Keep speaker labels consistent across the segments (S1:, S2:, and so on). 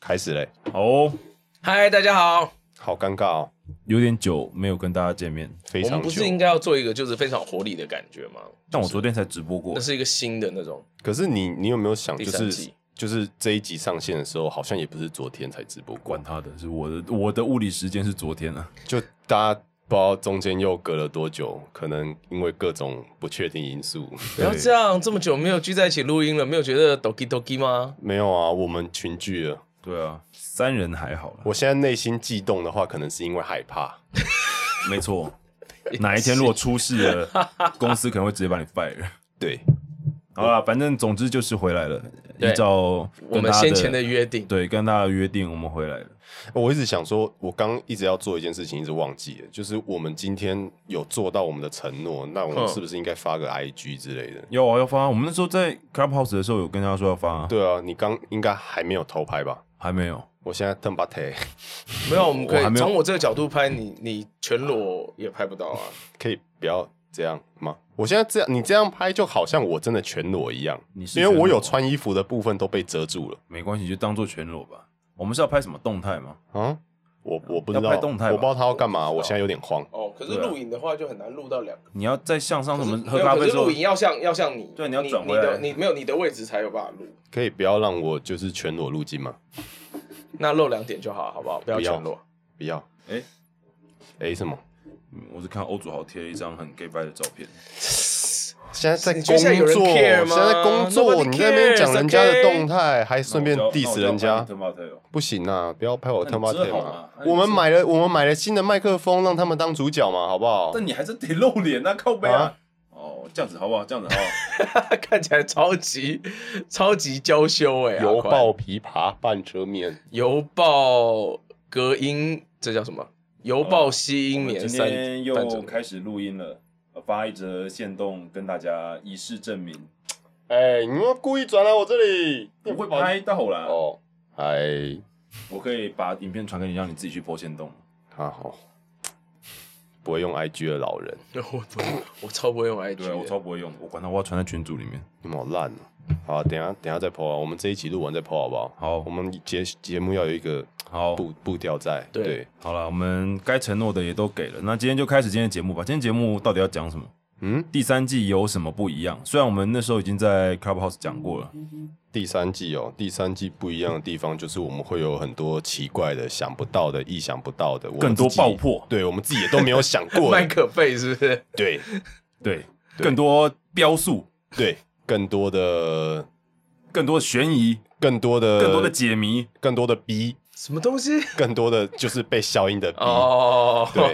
S1: 开始嘞，
S2: 哦，
S3: 嗨，大家好，
S1: 好尴尬哦，
S2: 有点久没有跟大家见面，
S1: 非
S3: 我们
S1: 常
S3: 不
S1: 久
S3: 是。应该要做一个就是非常有活力的感觉吗？
S2: 但我昨天才直播过
S3: 那，是一个新的那种，
S1: 可是你，你有没有想，
S3: 第
S1: 就
S3: 三
S1: 是
S3: 季
S1: 就是这一集上线的时候，好像也不是昨天才直播关
S2: 管，他的是我的我的物理时间是昨天啊，
S1: 就大家不知道中间又隔了多久，可能因为各种不确定因素。
S3: 不要这样，这么久没有聚在一起录音了，没有觉得 doki doki 吗？
S1: 没有啊，我们群聚了。
S2: 对啊，三人还好 啦，
S1: 我现在内心悸动的话，可能是因为害怕。
S2: 没错，哪一天如果出事了，公司可能会直接把你 fire。
S1: 对，
S2: 好啦，反正总之就是回来了，
S3: 对
S2: 依照
S3: 我
S2: 跟
S3: 们
S2: 大家
S3: 先前的约定，
S2: 对跟大家的约定，我们回来了。
S1: 我一直想说，我刚一直要做一件事情，一直忘记了，就是我们今天有做到我们的承诺，那我们
S3: 嗯
S1: 是不是应该发个 IG 之类的？
S2: 要啊要发啊，我们那时候在 Clubhouse 的时候有跟大家说要发啊，
S1: 对啊，你刚应该还没有偷拍吧？
S2: 还没有，
S1: 我现在邓巴特
S3: 没有，我们可
S2: 我还
S3: 以
S2: 没有
S3: 从我这个角度拍你，你全裸也拍不到 啊。
S1: 可以不要这样吗？我现在这样，你这样拍就好像我真的全裸一样，
S2: 你是
S1: 因为我
S2: 全裸
S1: 有
S2: 啊
S1: 穿衣服的部分都被遮住了
S2: 没关系，就当做全裸吧。我们是要拍什么动态吗？
S1: 啊。我我不知
S2: 要
S1: 道，
S2: 拍动态吧
S1: 我不知道他要干嘛，
S3: 我不知道
S1: 我现在有点慌。
S3: 哦，可是
S2: 对啊
S3: 录影的话就很难录到两个。
S2: 你要在向上什么
S3: 可是
S2: 喝咖啡
S3: 没有可
S2: 的
S3: 是
S2: 时候
S3: 录，影要像要像你，
S2: 对你要
S3: 你
S2: 转
S3: 你
S2: 回来
S3: 的你没有你的位置才有办法录，
S1: 可以不要让我就是全裸入镜吗？
S3: 那露两点就好，好不好？不要
S1: 不要
S3: 全裸。
S1: 不要。
S2: 哎
S1: 哎、什么？
S2: 嗯我是看欧祖豪贴了一张很 gay bye 的照片，
S1: 现在在工
S3: 你
S1: 作，
S3: 觉得现在有人 care
S1: 现
S3: 吗
S1: 在在工作，
S3: Nobody
S1: 你在那边讲
S3: cares，
S1: 人家的
S3: OK？
S1: 动态，还顺便
S2: 那我就要
S1: diss 人家，
S2: 那我就要帮你 turn out 哦
S1: 不行啊！不要拍我
S2: 那
S1: 他
S2: 你
S1: 妈
S2: 遮
S1: 的
S2: 好
S1: 嘛
S2: 嘛那！你
S1: 我们
S2: 遮
S1: 买了，我们买了新的麦克风，让他们当主角嘛，好不好？
S2: 但你还是得露脸啊，靠背
S1: 啊
S2: 啊。哦，这样子好不好？这样子 好不好？
S3: 看起来超级超级娇羞哎、
S1: 犹
S3: 阿宽
S1: 抱琵琶半遮面，
S3: 犹抱隔音，这叫什么？犹抱吸
S2: 我
S3: 音棉
S2: 们今
S3: 三
S2: 天
S3: 三折
S2: 又开始录音了，呃发一则线动跟大家以示证明，
S1: 哎、你们故意转来我这里，
S2: 我会拍到啦。
S1: 哦，哎，
S2: 我可以把影片传给你，让你自己去破线动。
S1: 他好，不会用 IG 的老人，
S3: 我不，我超不会用 IG，
S2: 对，啊
S3: 的
S2: 我超不会用，我管它，我要传在群组里面。
S1: 你们好烂哦、好，等一下等一下再 PO 啊，我们这一集录完再 PO 好不好？
S2: 好
S1: 我们节节目要有一个
S2: 好，
S1: 步步调在，
S3: 对
S1: 对，
S2: 好了，我们该承诺的也都给了，那今天就开始今天的节目吧。今天节目到底要讲什么？
S1: 嗯，
S2: 第三季有什么不一样？虽然我们那时候已经在 Clubhouse 讲过了，
S1: 第三季哦，第三季不一样的地方就是我们会有很多奇怪的、想不到的、意想不到的，我们
S2: 更多
S1: 自己
S2: 爆破 Oh
S1: 对我们自己也都没有想 过
S3: 麦
S1: 的。
S3: 克费是不是？
S1: 对
S2: 对，更多标速，
S1: 对，更多的、
S2: 更多的悬疑，
S1: 更多的、
S2: 更多的解谜。
S1: 更多的逼，
S3: 什么 东西？
S1: 更多的就是被消音的
S2: 嗯
S1: 逼。
S3: 哦
S1: 对，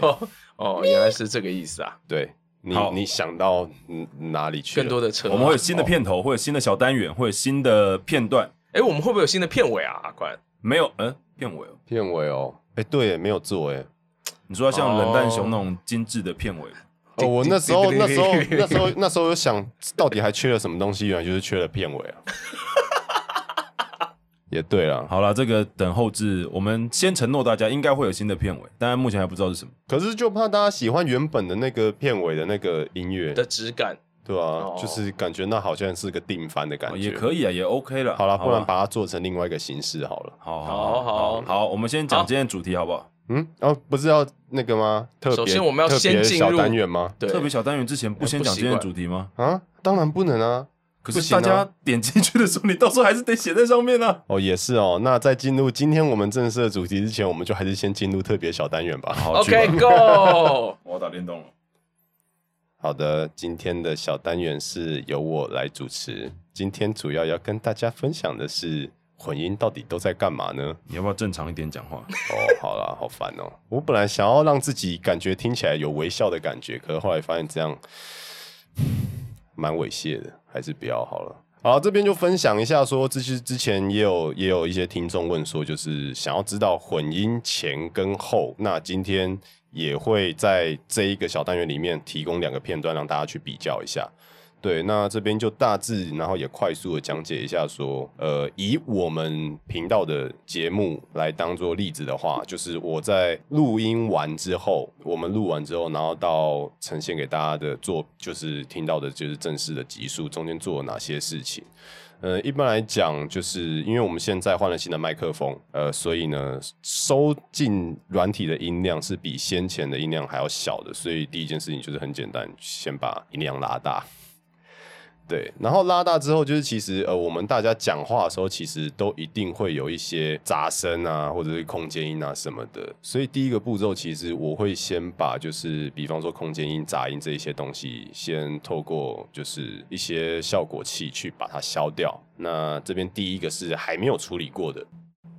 S3: 哦，原来是这个意思啊！
S1: 对你
S2: 好，
S1: 你想到嗯哪里去了？
S3: 更多的车啊，
S2: 我们会有新的片头，会有新的小单元，会有新的呃片段。
S3: 哎，我们会不会有新的片尾啊？阿宽，
S2: 没有，嗯、片尾哦。
S1: 片尾哦，哎，对耶，没有做 哎。
S2: 你说要像冷淡熊那种精致的片尾，
S1: 哦，我那时候
S3: 叮
S1: 那
S3: 叮
S1: 时候
S3: 叮叮
S1: 那时候那时候有想，到底还缺了什么东西？原来就是缺了片尾啊。 也对啦，
S2: 好了，这个等后置，我们先承诺大家应该会有新的片尾，但目前还不知道是什么。
S1: 可是就怕大家喜欢原本的那个片尾的那个音乐，
S3: 的质感，
S1: 对啊，
S3: 哦
S1: 就是感觉那好像是个定番的感
S2: 哦
S1: 觉，
S2: 也可以啊，也 OK 了。
S1: 好啦，
S2: 吧
S1: 不然把它做成另外一个形式好了。
S2: 好
S3: 好
S2: 好
S3: 好
S2: 好好，我们先讲
S3: 好
S2: 今天的主题好不好？
S1: 嗯，哦，不是要那个吗？特别
S3: 首先我们要
S1: 特别
S3: 先进
S1: 小
S3: 入
S1: 单元吗？
S3: 对，
S2: 特别小单元之前不先讲今天的主题吗？
S1: 啊，当然不能啊。
S2: 可
S1: 不
S2: 是
S1: 行啊
S2: 大家点进去的时候，你到时候还是得写在上面啊。
S1: 哦，也是哦。那在进入今天我们正式的主题之前，我们就还是先进入特别小单元吧。
S2: 好
S3: OK
S2: 去吧
S3: Go，
S2: 我要打电动了。
S1: 好的，今天的小单元是由我来主持。今天主要要跟大家分享的是混音到底都在干嘛呢？
S2: 你要不要正常一点讲话？
S1: 哦，好啦，好烦哦、我本来想要让自己感觉听起来有微笑的感觉，可是后来发现这样蛮猥亵的，还是不要好了。好，这边就分享一下说，这是之前也有也有一些听众问说，就是想要知道混音前跟后。那今天也会在这一个小单元里面提供两个片段让大家去比较一下。对，那这边就大致，然后也快速的讲解一下说，呃，以我们频道的节目来当做例子的话，就是我在录音完之后，我们录完之后，然后到呈现给大家的作，就是听到的就是正式的集数，中间做了哪些事情。呃，一般来讲，就是因为我们现在换了新的麦克风，呃，所以呢，收进软体的音量是比先前的音量还要小的，所以第一件事情就是很简单，先把音量拉大。对，然后拉大之后，就是其实呃，我们大家讲话的时候，其实都一定会有一些杂声啊，或者是空间音啊什么的。所以第一个步骤，其实我会先把就是比方说空间音、杂音这一些东西，先透过就是一些效果器去把它消掉。那这边第一个是还没有处理过的，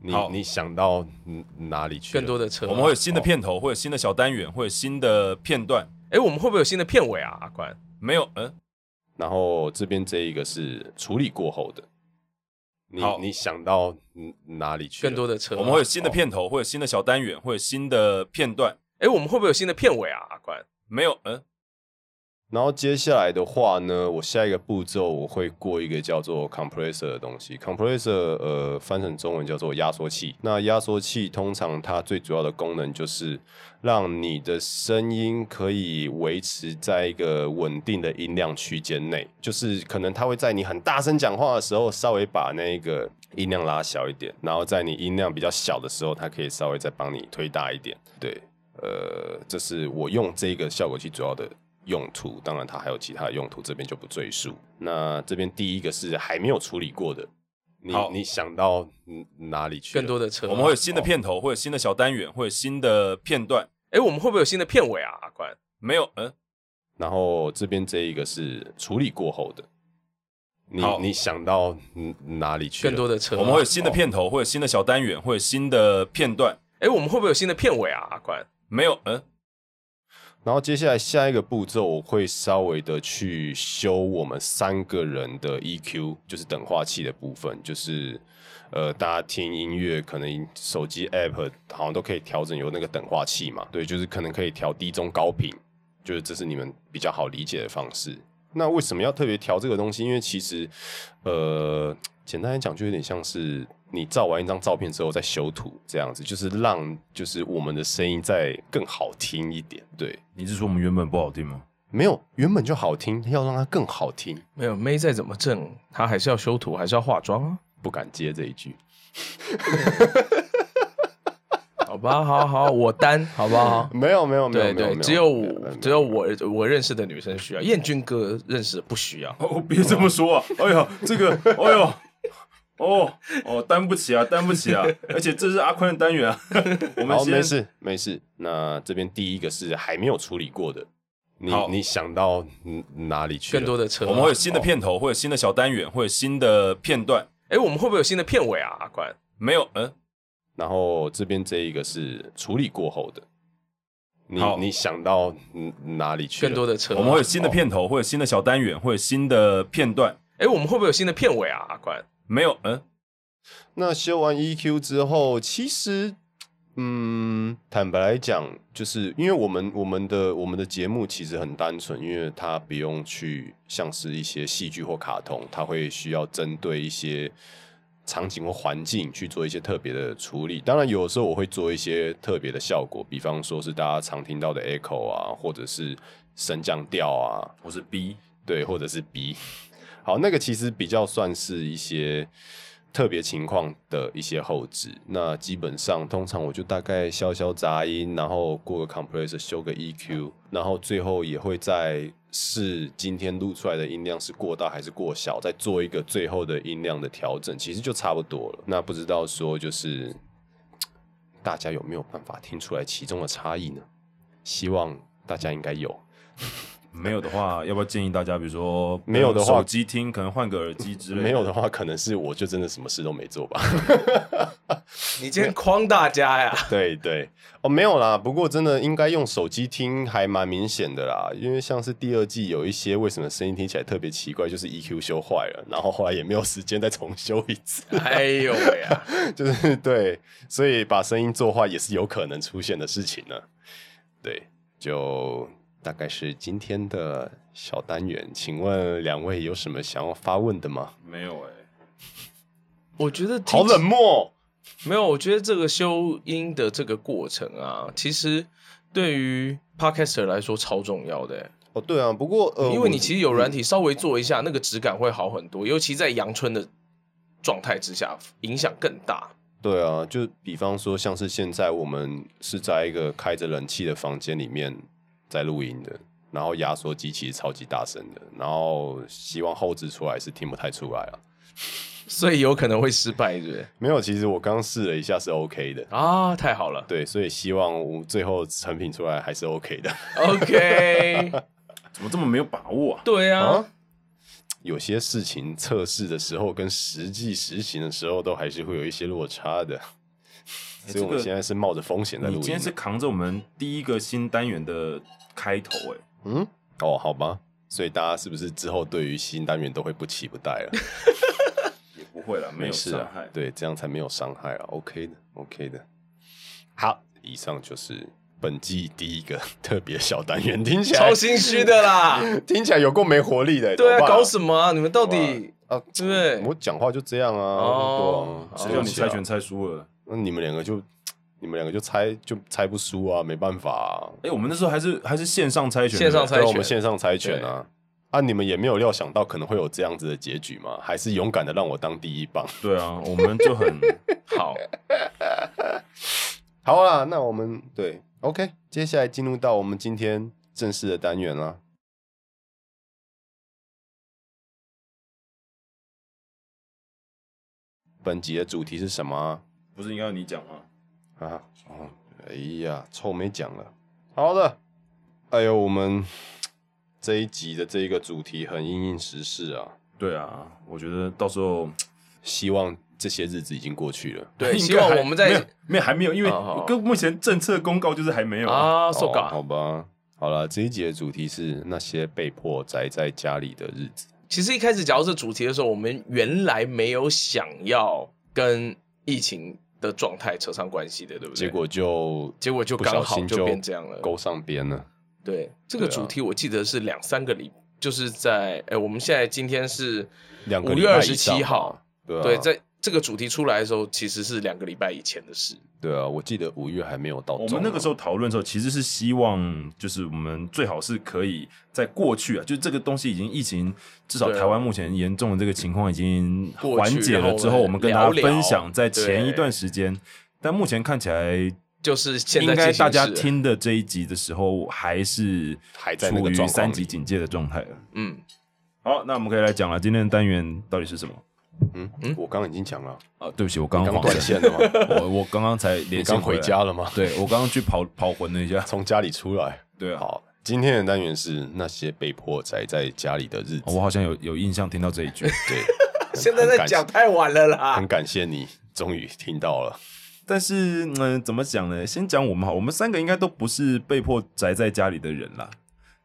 S1: 你
S2: 好
S1: 你想到嗯哪里去了？
S3: 更多的车，
S2: 我们会有新的片头，会有新的小单元，会有新的片段。
S3: 哎，我们会不会有新的片尾啊？阿关，
S2: 没有，嗯，
S1: 然后这边这一个是处理过后的，你
S2: 好
S1: 你想到嗯哪里去了？
S3: 更多的车，
S2: 我们会有新的片头，会有新的小单元，会有新的片段。
S3: 哎，我们会不会有新的片尾啊？阿关，
S2: 没有，嗯，
S1: 然后接下来的话呢，我下一个步骤我会过一个叫做 compressor 的东西。compressor 呃，翻成中文叫做压缩器。那压缩器通常它最主要的功能就是让你的声音可以维持在一个稳定的音量区间内，就是可能它会在你很大声讲话的时候，稍微把那个音量拉小一点，然后在你音量比较小的时候，它可以稍微再帮你推大一点。对，呃，这是我用这个效果器主要的用途，当然它还有其他的用途，这边就不赘述。那这边第一个是还没有处理过的，你
S2: 好
S1: 你想到嗯哪里去了？
S3: 更多的车，
S2: 我们会有新的片头，会有新的小单元，会有新的片段。
S3: 哎，我们会不会有新的片尾啊？阿关，
S2: 没有，嗯，
S1: 然后这边这一个是处理过后的，你
S2: 好
S1: 你想到嗯哪里去了？
S3: 更多的车，
S2: 我们会有新的片头，会有新的小单元，会有新的片段。
S3: 哎，我们会不会有新的片尾啊？阿关，
S2: 没有，嗯，
S1: 然后接下来下一个步骤，我会稍微的去修我们三个人的 EQ，就是等化器的部分，就是呃，大家听音乐可能手机 App 好像都可以调整有那个等化器嘛，对，就是可能可以调低中高频，就是这是你们比较好理解的方式。那为什么要特别调这个东西？因为其实，呃，简单来讲，就有点像是你照完一张照片之后再修图这样子，就是让就是我们的声音再更好听一点，对。
S2: 你是说我们原本不好听吗？
S1: 没有，原本就好听，要让它更好听，
S3: 没有妹再怎么正，她还是要修图，还是要化妆啊？
S1: 不敢接这一句。
S3: 好吧，好好，我担，好不好？
S1: 没有， 没有，没有，
S3: 对
S1: 没有
S3: 对，
S1: 没
S3: 只有
S1: 没没
S3: 我只有我我认识的女生需要，燕军哥认识的不需要。
S2: 哦，别这么说 啊！哎呀，这个，哎呦，哦哦，担不起啊，担不起啊！而且这是阿宽的单元啊， 我们
S1: 好，
S2: 先
S1: 没事，没事。那这边第一个是还没有处理过的，你
S2: 好
S1: 你想到嗯哪里去了？
S3: 更多的车，啊
S2: 我们会有新的片头，会有新的小单元，会有新的片段。
S3: 哎，我们会不会有新的片尾啊？阿关，
S2: 没有，嗯，
S1: 然后这边这一个是处理过后的，你
S2: 好
S1: 你想到嗯哪里去了？
S3: 更多的车，啊
S2: 我们会有新的片头，会有新的小单元，会有新的片段。
S3: 哎，我们会不会有新的片尾啊？阿关，
S2: 没有，嗯，
S1: 那修完 EQ 之后，其实，嗯，坦白来讲，就是因为我们我们的我们的节目其实很单纯，因为它不用去像是一些戏剧或卡通，它会需要针对一些场景或环境去做一些特别的处理。当然，有时候我会做一些特别的效果，比方说是大家常听到的 echo 啊，或者是升降调啊，
S2: 我是 B，
S1: 对，或者是 B。好， 那个其实比较算是一些特别情况的一些后置。那基本上，通常我就大概消消杂音，然后过个 compressor 修个 EQ，然后最后也会再试今天录出来的音量是过大还是过小，再做一个最后的音量的调整，其实就差不多了。那不知道说就是大家有没有办法听出来其中的差异呢？希望大家应该有。
S2: 没有的 话，要不要建议大家，比如说呃
S1: 没有的话
S2: 手机听，可能换个耳机之类的。
S1: 没有的话，可能是我就真的什么事都没做吧。
S3: 你今天框大家呀？
S1: 对对，哦，没有啦。不过真的应该用手机听，还蛮明显的啦。因为像是第二季有一些为什么声音听起来特别奇怪，就是 EQ 修坏了，然后后来也没有时间再重修一次，
S3: 哎呦喂呀！
S1: 就是对，所以把声音做坏也是有可能出现的事情呢。对，就大概是今天的小单元。请问两位有什么想要发问的吗？
S2: 没有哎、
S3: 我觉得听
S1: 好冷漠，
S3: 没有，我觉得这个修音的这个过程啊，其实对于 podcaster 来说超重要的欸、
S1: 哦，对啊，不过呃，
S3: 因为你
S1: 我
S3: 其实有软体稍微做一下，那个质感会好很多，尤其在阳春的状态之下，影响更大。
S1: 对啊，就比方说像是现在我们是在一个开着冷气的房间里面在录音的，然后压缩机其实超级大声的，然后希望后置出来是听不太出来啊。
S3: 所以有可能会失败，对 不对？
S1: 没有，其实我刚试了一下是 OK 的。
S3: 啊，太好了
S1: 对，所以希望我最后成品出来还是 OK 的。
S3: ，OK，
S2: 怎么这么没有把握啊？
S3: 对
S1: 哦
S3: 啊，
S1: 有些事情测试的时候跟实际实行的时候都还是会有一些落差的，
S2: 哎
S1: 所以我们
S2: 这个
S1: 现在是冒着风险在
S2: 你
S1: 录
S2: 今
S1: 音
S2: 天是
S1: 的。
S2: 扛着我们第一个新单元的开头哎、
S1: 嗯，哦，好吧，所以大家是不是之后对于新单元都会不期不待了？
S2: 也不会啦，没有
S1: 事
S2: 伤害。
S1: 啊，对，这样才没有伤害啊。OK 的，OK 的。好，以上就是本季第一个 特别小单元，听起来
S3: 超心虚的啦。
S1: 听起来有够没活力的。
S3: 对啊，搞
S1: 么
S3: 什么啊？你们到底
S1: 办啊？
S3: 对不对？
S1: 我讲话就这样啊，
S3: 哦
S1: 对啊
S2: 谁
S1: 对
S2: 叫
S1: 不
S2: 你
S1: 起啊
S2: 猜拳猜输了？
S1: 那你们两个就你们两个就猜就猜不输啊，没办法、啊，
S2: 哎、我们那时候还是还是线上猜拳，
S3: 线上
S2: 对
S3: 猜拳
S1: 对，我们线上猜拳啊。啊！你们也没有料想到可能会有这样子的结局吗？还是勇敢的让我当第一棒？
S2: 不对对啊，我们就 很
S3: 好，
S1: 哎好啦，那我们对 OK，接下来进入到我们今天正式的单元啦。本集的主题是什么啊？
S2: 不是应该要你讲吗？
S1: 啊，哦，哎呀，臭没讲了。好的，哎呦，我们 这一集的这一个主题很应应时事啊，
S2: 对啊，我觉得到时候
S1: 希望这些日子已经过去了。
S3: 对，
S2: 应该
S3: 希望
S2: 还
S3: 我们
S2: 没
S3: 在
S2: 有没有还没有，因为
S3: 哦好
S2: 跟目前政策公告就是还没有啊。
S3: 啊
S1: 哦
S3: ，so ga，
S1: 好吧，好了，这一集的主题是那些被迫宅在家里的日子。
S3: 其实一开始讲到这主题的时候，我们原来没有想要跟疫情的状态扯上关系的，对不对？
S1: 结果就
S3: 结果就
S1: 不小
S3: 刚好
S1: 心
S3: 就
S1: 就
S3: 变这样了
S1: 勾上边了。
S3: 对这个
S1: 对啊
S3: 主题，我记得是两三个礼，就是在哎，我们现在今天是
S1: 两个
S3: 五
S1: 礼
S3: 月
S1: 拜
S3: 二
S1: 以
S3: 十
S1: 上
S3: 七
S1: 嘛
S3: 号，
S1: 对啊，
S3: 对，在这个主题出来的时候，其实是两个礼拜以前的事。
S1: 对啊，我记得五月还没有到中
S2: 我
S1: 啊。
S2: 们那个时候讨论的时候，其实是希望，就是我们最好是可以在过去啊，就这个东西已经疫情，至少
S3: 对啊
S2: 台湾目前严重的这个情况已经
S3: 过去
S2: 缓解
S3: 然
S2: 了
S3: 后
S2: 之后，我们跟大
S3: 聊
S2: 家
S3: 聊
S2: 分享在前一
S3: 对
S2: 段时间。但目前看起来，
S3: 就是现在
S2: 应该
S3: 进行
S2: 大家
S3: 式，
S2: 听的这一集的时候，还是
S1: 还在那
S2: 处
S1: 个
S2: 于
S1: 状况
S2: 三
S1: 里
S2: 级警戒的状态了。
S3: 嗯，
S2: 好，那我们可以来讲了，今天的单元到底是什么？
S1: 嗯
S3: 嗯，
S1: 我刚刚已经讲了，
S2: 啊，对不起，我刚
S1: 刚
S2: 刚
S1: 断线了 吗？
S2: 我我刚刚才
S1: 你
S2: 连线
S1: 刚回
S2: 来，
S1: 家了吗？
S2: 对我刚刚去跑跑魂了一下。
S1: 从家里出来。
S2: 对啊，
S1: 好，今天的单元是那些被迫宅在家里的日子。
S2: 我好像有有印象听到这一句。
S1: 对，很
S3: 哦 现在在讲，太晚了啦
S1: 很感很。感谢你终于听到了。
S2: 但是，嗯、怎么讲呢？先讲我们好，我们三个应该都不是被迫宅在家里的人啦。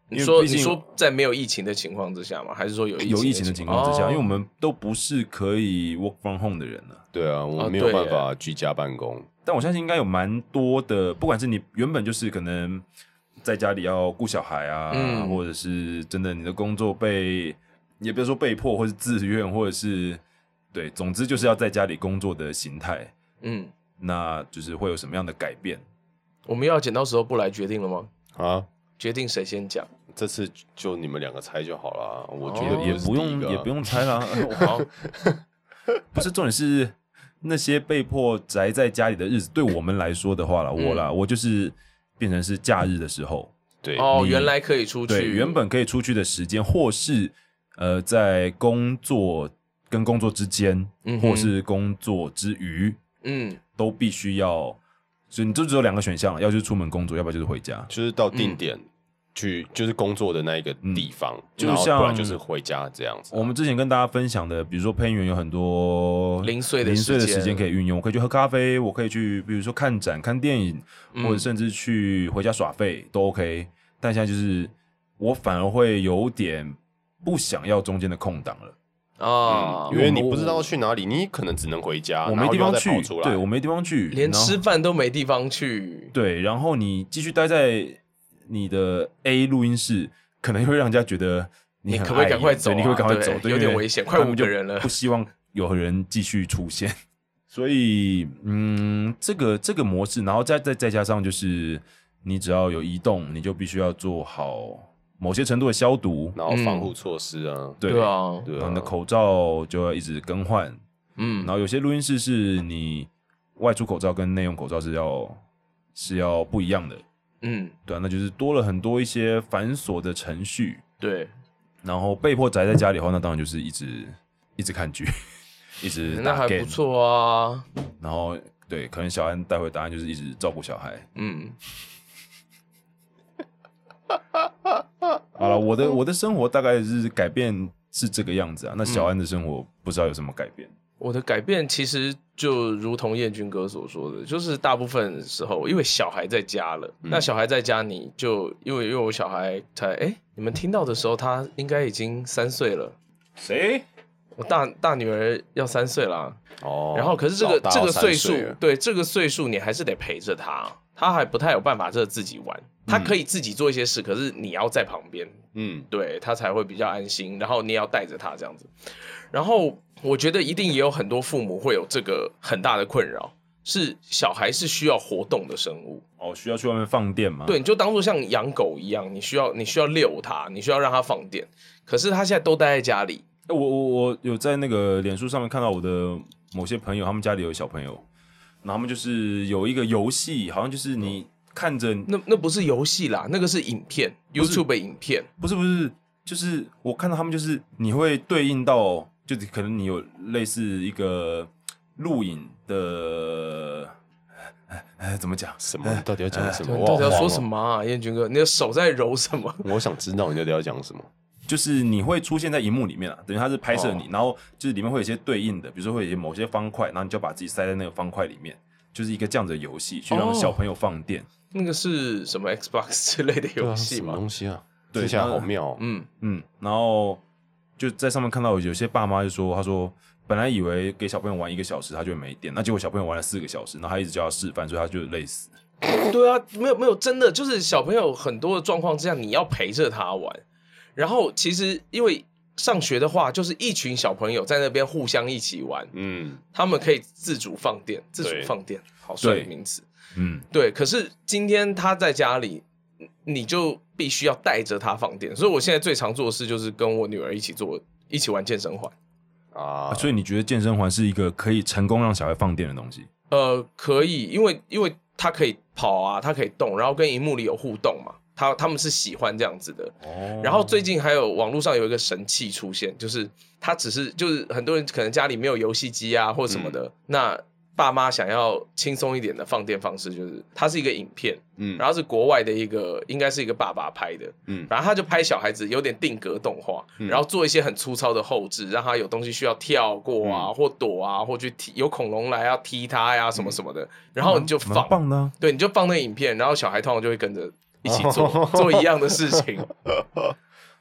S2: 因
S3: 你
S2: 为
S3: 说
S2: 毕
S3: 你
S2: 竟
S3: 说在没有疫情的情况之下吗？还是说有
S2: 有疫情的情况之下，
S3: 哦
S2: 因为我们都不是可以 work from home 的人了。
S1: 对啊，我
S3: 哦
S1: 没有
S3: 对
S1: 办
S3: 耶
S1: 法居家办公。
S2: 但我相信应该有蛮多的，不管是你原本就是可能在家里要顾小孩啊，
S3: 嗯
S2: 或者是真的你的工作被，也不要说被迫，或是自愿，或者是对，总之就是要在家里工作的形态，
S3: 嗯，
S2: 那就是会有什么样的改变？
S3: 我们要剪刀石头布来决定了吗？
S1: 啊，
S3: 决定谁 先讲？
S1: 这次就你们两个猜就好了。我觉
S3: 哦
S1: 得
S2: 也
S1: 我是
S2: 不
S1: 第一
S2: 用
S1: 个
S2: 也不用猜 啦，
S3: 好，
S2: 不是重点是那些被迫宅在家里的日子，对我们来说的话啦，我啦，
S1: 嗯
S2: 我就是变成是假日的时候，
S1: 对
S3: 哦，
S2: 你
S3: 原来可以出
S2: 对
S3: 去，
S2: 原本可以出去的时间，或是呃在工作跟工作之间，
S3: 嗯哼
S2: 或是工作之余，
S3: 嗯
S2: 都必须要，所以你就只有两个选项了，要就是出门工作，要不然就是回家。
S3: 啊
S1: 就是到定点去，就是工作的那一个地方，
S2: 就
S1: 然后
S2: 像
S1: 不然就是回家这样子啊。
S2: 我们之前跟大家分享的，比如说配音员有很多
S3: 零碎的
S2: 零碎的
S3: 时间
S2: 时间可以运用，我可以去喝咖啡，我可以去比如说看展、看电影，
S3: 嗯
S2: 或者甚至去回家耍废都 OK。但现在就是我反而会有点不想要中间的空档了，嗯
S3: 啊，
S1: 嗯因为你不知道去哪里，你可能只能回家，啊
S2: 我
S1: 然
S2: 没
S1: 后
S2: 地
S1: 又要
S2: 方
S1: 再
S2: 去
S1: 跑出，来。
S2: 对我没地方去，
S3: 连
S2: 然后
S3: 吃饭都没地方去，
S2: 对，然后你继续待在你的 A 录音室可能会让人家觉得
S3: 你
S2: 你很
S3: 可不可以
S2: 碍
S3: 赶快
S2: 眼
S3: 走
S2: 对你可不可以赶
S3: 啊
S2: 快
S3: 对
S2: 走？对
S3: 有点
S2: 因为
S3: 危险
S2: 他
S3: 快
S2: 们
S3: 五
S2: 就
S3: 个人了
S2: 不希望有人继续出现。 所以，嗯，这个这个模式，然后再再再加上就是，你只要有移动，你就必须要做好某些程度的消毒，
S1: 然后防护措施啊，
S2: 对
S3: 对啊，
S1: 对
S2: 然
S1: 啊
S2: 后你的口罩就要一直更换，
S3: 嗯
S2: 然，后有些录音室是你外出口罩跟内用口罩是要是要不一样的，
S3: 嗯，
S2: 对啊，那就是多了很多一些繁琐的程序，
S3: 对，
S2: 然后被迫宅在家里的话，那当然就是一直一直看剧， 一直
S3: 那
S2: 打
S3: 还
S2: game，
S3: 不错啊，
S2: 然后对，可能小安待会答案就是一直照顾小孩。
S3: 嗯，哦
S2: 好了，我的我的生活大概是改变是这个样子啊，那
S3: 嗯
S2: 小安的生活不知道有什么改变，
S3: 我的改变其实就如同燕军哥所说的，就是大部分时候因为小孩在家了，那小孩在家你就因为因为我小孩才哎、你们听到的时候他应该已经三岁了，
S2: 谁？
S3: 我大大女儿要三岁啦，
S1: 哦，
S3: 然后可是这个
S1: 老大
S3: 这个
S1: 要三
S3: 岁数
S1: 岁了，
S3: 对这个岁数你还是得陪着他，他还不太有办法这自己玩，他可以自己做一些事，可是你要在旁边，
S1: 嗯，
S3: 对他才会比较安心，然后你也要带着他这样子。然后我觉得一定也有很多父母会有这个很大的困扰，是小孩是需要活动的生物，
S2: 哦，需要去外面放电
S1: 嗯
S2: 吗？
S3: 对，，你就当做像养狗一样，你需要你需要遛它，你需要让它放电，可是他现在都待在家里，
S2: 我我我有在那个脸书上面看到我的某些朋友，他们家里有小朋友，然后他们就是有一个游戏，好像就是你看着，
S3: 那那不是游戏啦，那个是影片，YouTube 影片。
S2: 不是不是，就是我看到他们就是你会对应到，就是可能你有类似一个录影的，哎怎么讲？
S1: 什么？到底要讲什么？
S3: 对
S1: 我
S3: 到
S1: 好
S3: 底要说
S1: 慌哦
S3: 什？么啊，燕军哥？你的手在揉什么？
S1: 我想知道你到底要讲什么。
S2: 就是你会出现在荧幕里面啊，等于它是拍摄你，然后就是里面会有一些对应的，比如说会有一些某些方块，然后你就把自己塞在那个方块里面，就是一个这样子的游戏，去让
S3: 哦
S2: 小朋友放电。
S3: 那个是什么 Xbox 之类的
S1: 对
S3: 游
S1: 啊
S3: 戏
S1: 什么
S3: 吗？
S1: 东西啊？
S2: 对
S1: 听起来
S2: 那
S1: 好妙哦。
S3: 嗯，
S2: 嗯，然后就在上面看到有些爸妈就说，他说本来以为给小朋友玩一个小时他就会没电，那结果小朋友玩了四个小时，然后他一直叫他示范，所以他就累死。
S3: 对啊，没有没有，真的就是小朋友很多的状况之下，你要陪着他玩。然后其实因为上学的话，就是一群小朋友在那边互相一起玩，
S1: 嗯，
S3: 他们可以自主放电，自主
S1: 对
S3: 放电，好帅的
S2: 对
S3: 名词。
S2: 嗯，
S3: 对，可是今天他在家里，你你就必须要带着他放电。所以我现在最常做的事就是跟我女儿一起做，一起玩健身环。
S1: 啊
S3: 哦
S2: 啊，所以你觉得健身环是一个可以成功让小孩放电的东西？
S3: 呃，可以，因为因为他可以跑啊，他可以动，然后跟荧幕里有互动嘛，他他们是喜欢这样子的。
S2: 哦
S3: 然后最近还有网络上有一个神器出现，就是他只是就是很多人可能家里没有游戏机啊或什么的，那爸妈想要轻松一点的放电方式，就是它是一个影片，
S1: 嗯
S3: 然后是国外的一个应该是一个爸爸拍的，
S1: 嗯
S3: 然后他就拍小孩子有点定格动画，然后做一些很粗糙的后置，让他有东西需要跳过
S1: 嗯
S3: 啊，或躲啊，或去踢，有恐龙来要啊踢他呀、什么什么
S1: 嗯
S3: 的，然后你就
S2: 蛮
S3: 放，
S2: 棒的啊、
S3: 对，你就放那个影片，然后小孩通常就会跟着一起 做做一样的事情，
S1: 嗯
S3: 哦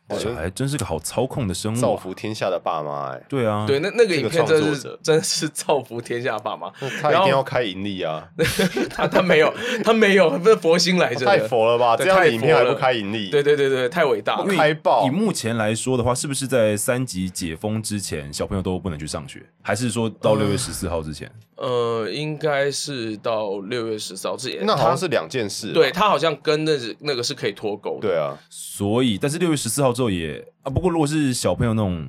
S1: 我觉
S2: 小
S1: 得
S2: 孩真是个好操控的生物
S1: 造
S2: 啊、
S1: 福天下的爸妈哎，
S2: 对啊，
S3: 对，，那那个
S1: 这个
S3: 影片
S1: 创
S3: 真的
S1: 作
S3: 是
S1: 者
S3: 真的是造福天下爸妈，
S1: 他一
S3: 然后
S1: 定要开盈利啊！
S3: 他他没有他没有，不是佛心来着
S1: 太
S3: 的，
S1: 佛了吧？
S3: 对
S1: 这样的影片还
S3: 太佛
S1: 不
S3: 了
S1: 开盈利？
S3: 对对对对，太伟大
S1: 因
S3: 了
S1: 为，开爆
S2: 以目前来说的话，是不是在三级解封之前，小朋友都不能去上学，还是说到六月十四号之前？
S3: 呃，应该是到六月十四号之前，
S1: 那好
S3: 他
S1: 像是两件事啊。
S3: 对他好像跟那是那个是可以脱钩的。
S1: 对啊，
S2: 所以，但是六月十四号之后也啊，不过如果是小朋友那种，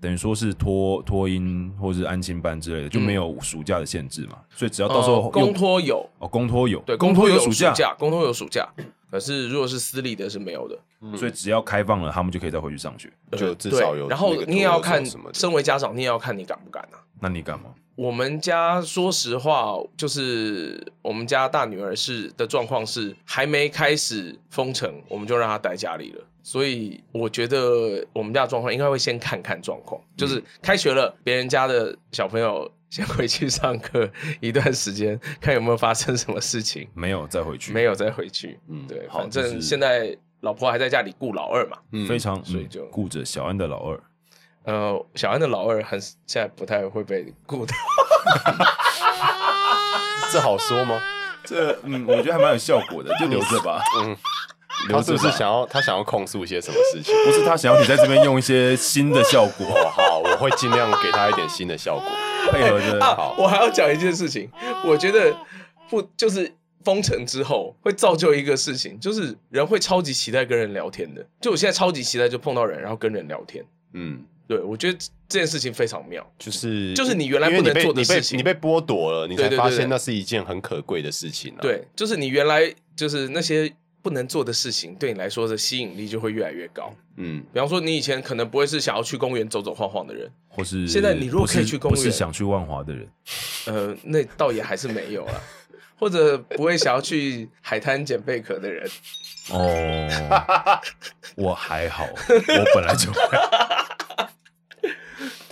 S2: 等于说是托托婴或是安亲班之类的，就没有暑假的限制嘛，所以只要到时候
S3: 呃
S2: 用、
S3: 嗯公托有，
S2: 哦公托有
S3: 对，
S2: 公
S3: 托
S2: 有
S3: 暑
S2: 假，
S3: 公托有暑假。可是如果是私立的，是没有的，
S2: 所以只要开放了，他们就可以再回去上学。
S1: 就
S3: 呃
S1: 至少
S3: 对
S1: 有
S3: 然后
S1: 那个
S3: 你也要看
S1: 托儿所什么，的
S3: 身为家长，你也要看你敢不敢啊。
S2: 那你干嘛？
S3: 我们家说实话，就是我们家大女儿是的状况是还没开始封城，我们就让她待家里了。所以我觉得我们家的状况应该会先看看状况，
S2: 嗯
S3: 就是开学了，别人家的小朋友先回去上课一段时间，看有没有发生什么事情。
S2: 没有再回去，
S3: 没有再回去。嗯
S1: 嗯，
S3: 对，
S2: 好
S3: 反
S2: 就
S3: 正
S2: 是
S3: 现在老婆还在家里顾老二嘛。
S1: 嗯
S2: 非常
S3: 所以
S2: 嗯
S3: 就
S2: 顾着小安的老二。
S3: 呃，小安的老二很现在不太会被顾到。
S1: 这好说吗？
S2: 这嗯，我觉得还蛮有效果的，就留着吧。嗯，
S1: 他
S2: 留
S1: 是
S2: 着
S1: 不是
S2: 吧
S1: 想要他想要控诉一些什么事情？
S2: 不是他想要你在这边用一些新的效果
S1: 哦，好，我会尽量给他一点新的效果。
S2: 配合 着
S1: 好
S2: 好。
S3: 我还要讲一件事情，我觉得不就是封城之后会造就一个事情，就是人会超级期待跟人聊天的。就我现在超级期待就碰到人，然后跟人聊天。
S1: 嗯，
S3: 对，我觉得这件事情非常妙。
S1: 就是
S3: 就是你原来
S1: 因为
S3: 不
S1: 你
S3: 能
S1: 被
S3: 做的
S1: 你被
S3: 事情
S1: 你被剥夺了，你
S3: 对
S1: 才
S3: 对对
S1: 发
S3: 对
S1: 现那是一件很可贵的事情啊。，
S3: 对，就是你原来就是那些不能做的事情，对你来说的吸引力就会越来越高。
S1: 嗯，
S3: 比方说，你以前可能不会是想要去公园走走晃晃的人，
S2: 或是
S3: 现在你如果
S2: 不是
S3: 可以去公
S2: 不
S3: 园
S2: 是想去万华的人，
S3: 呃，那倒也还是没有了。或者不会想要去海滩捡贝壳的人，
S2: 哦，我还好，我本来就 会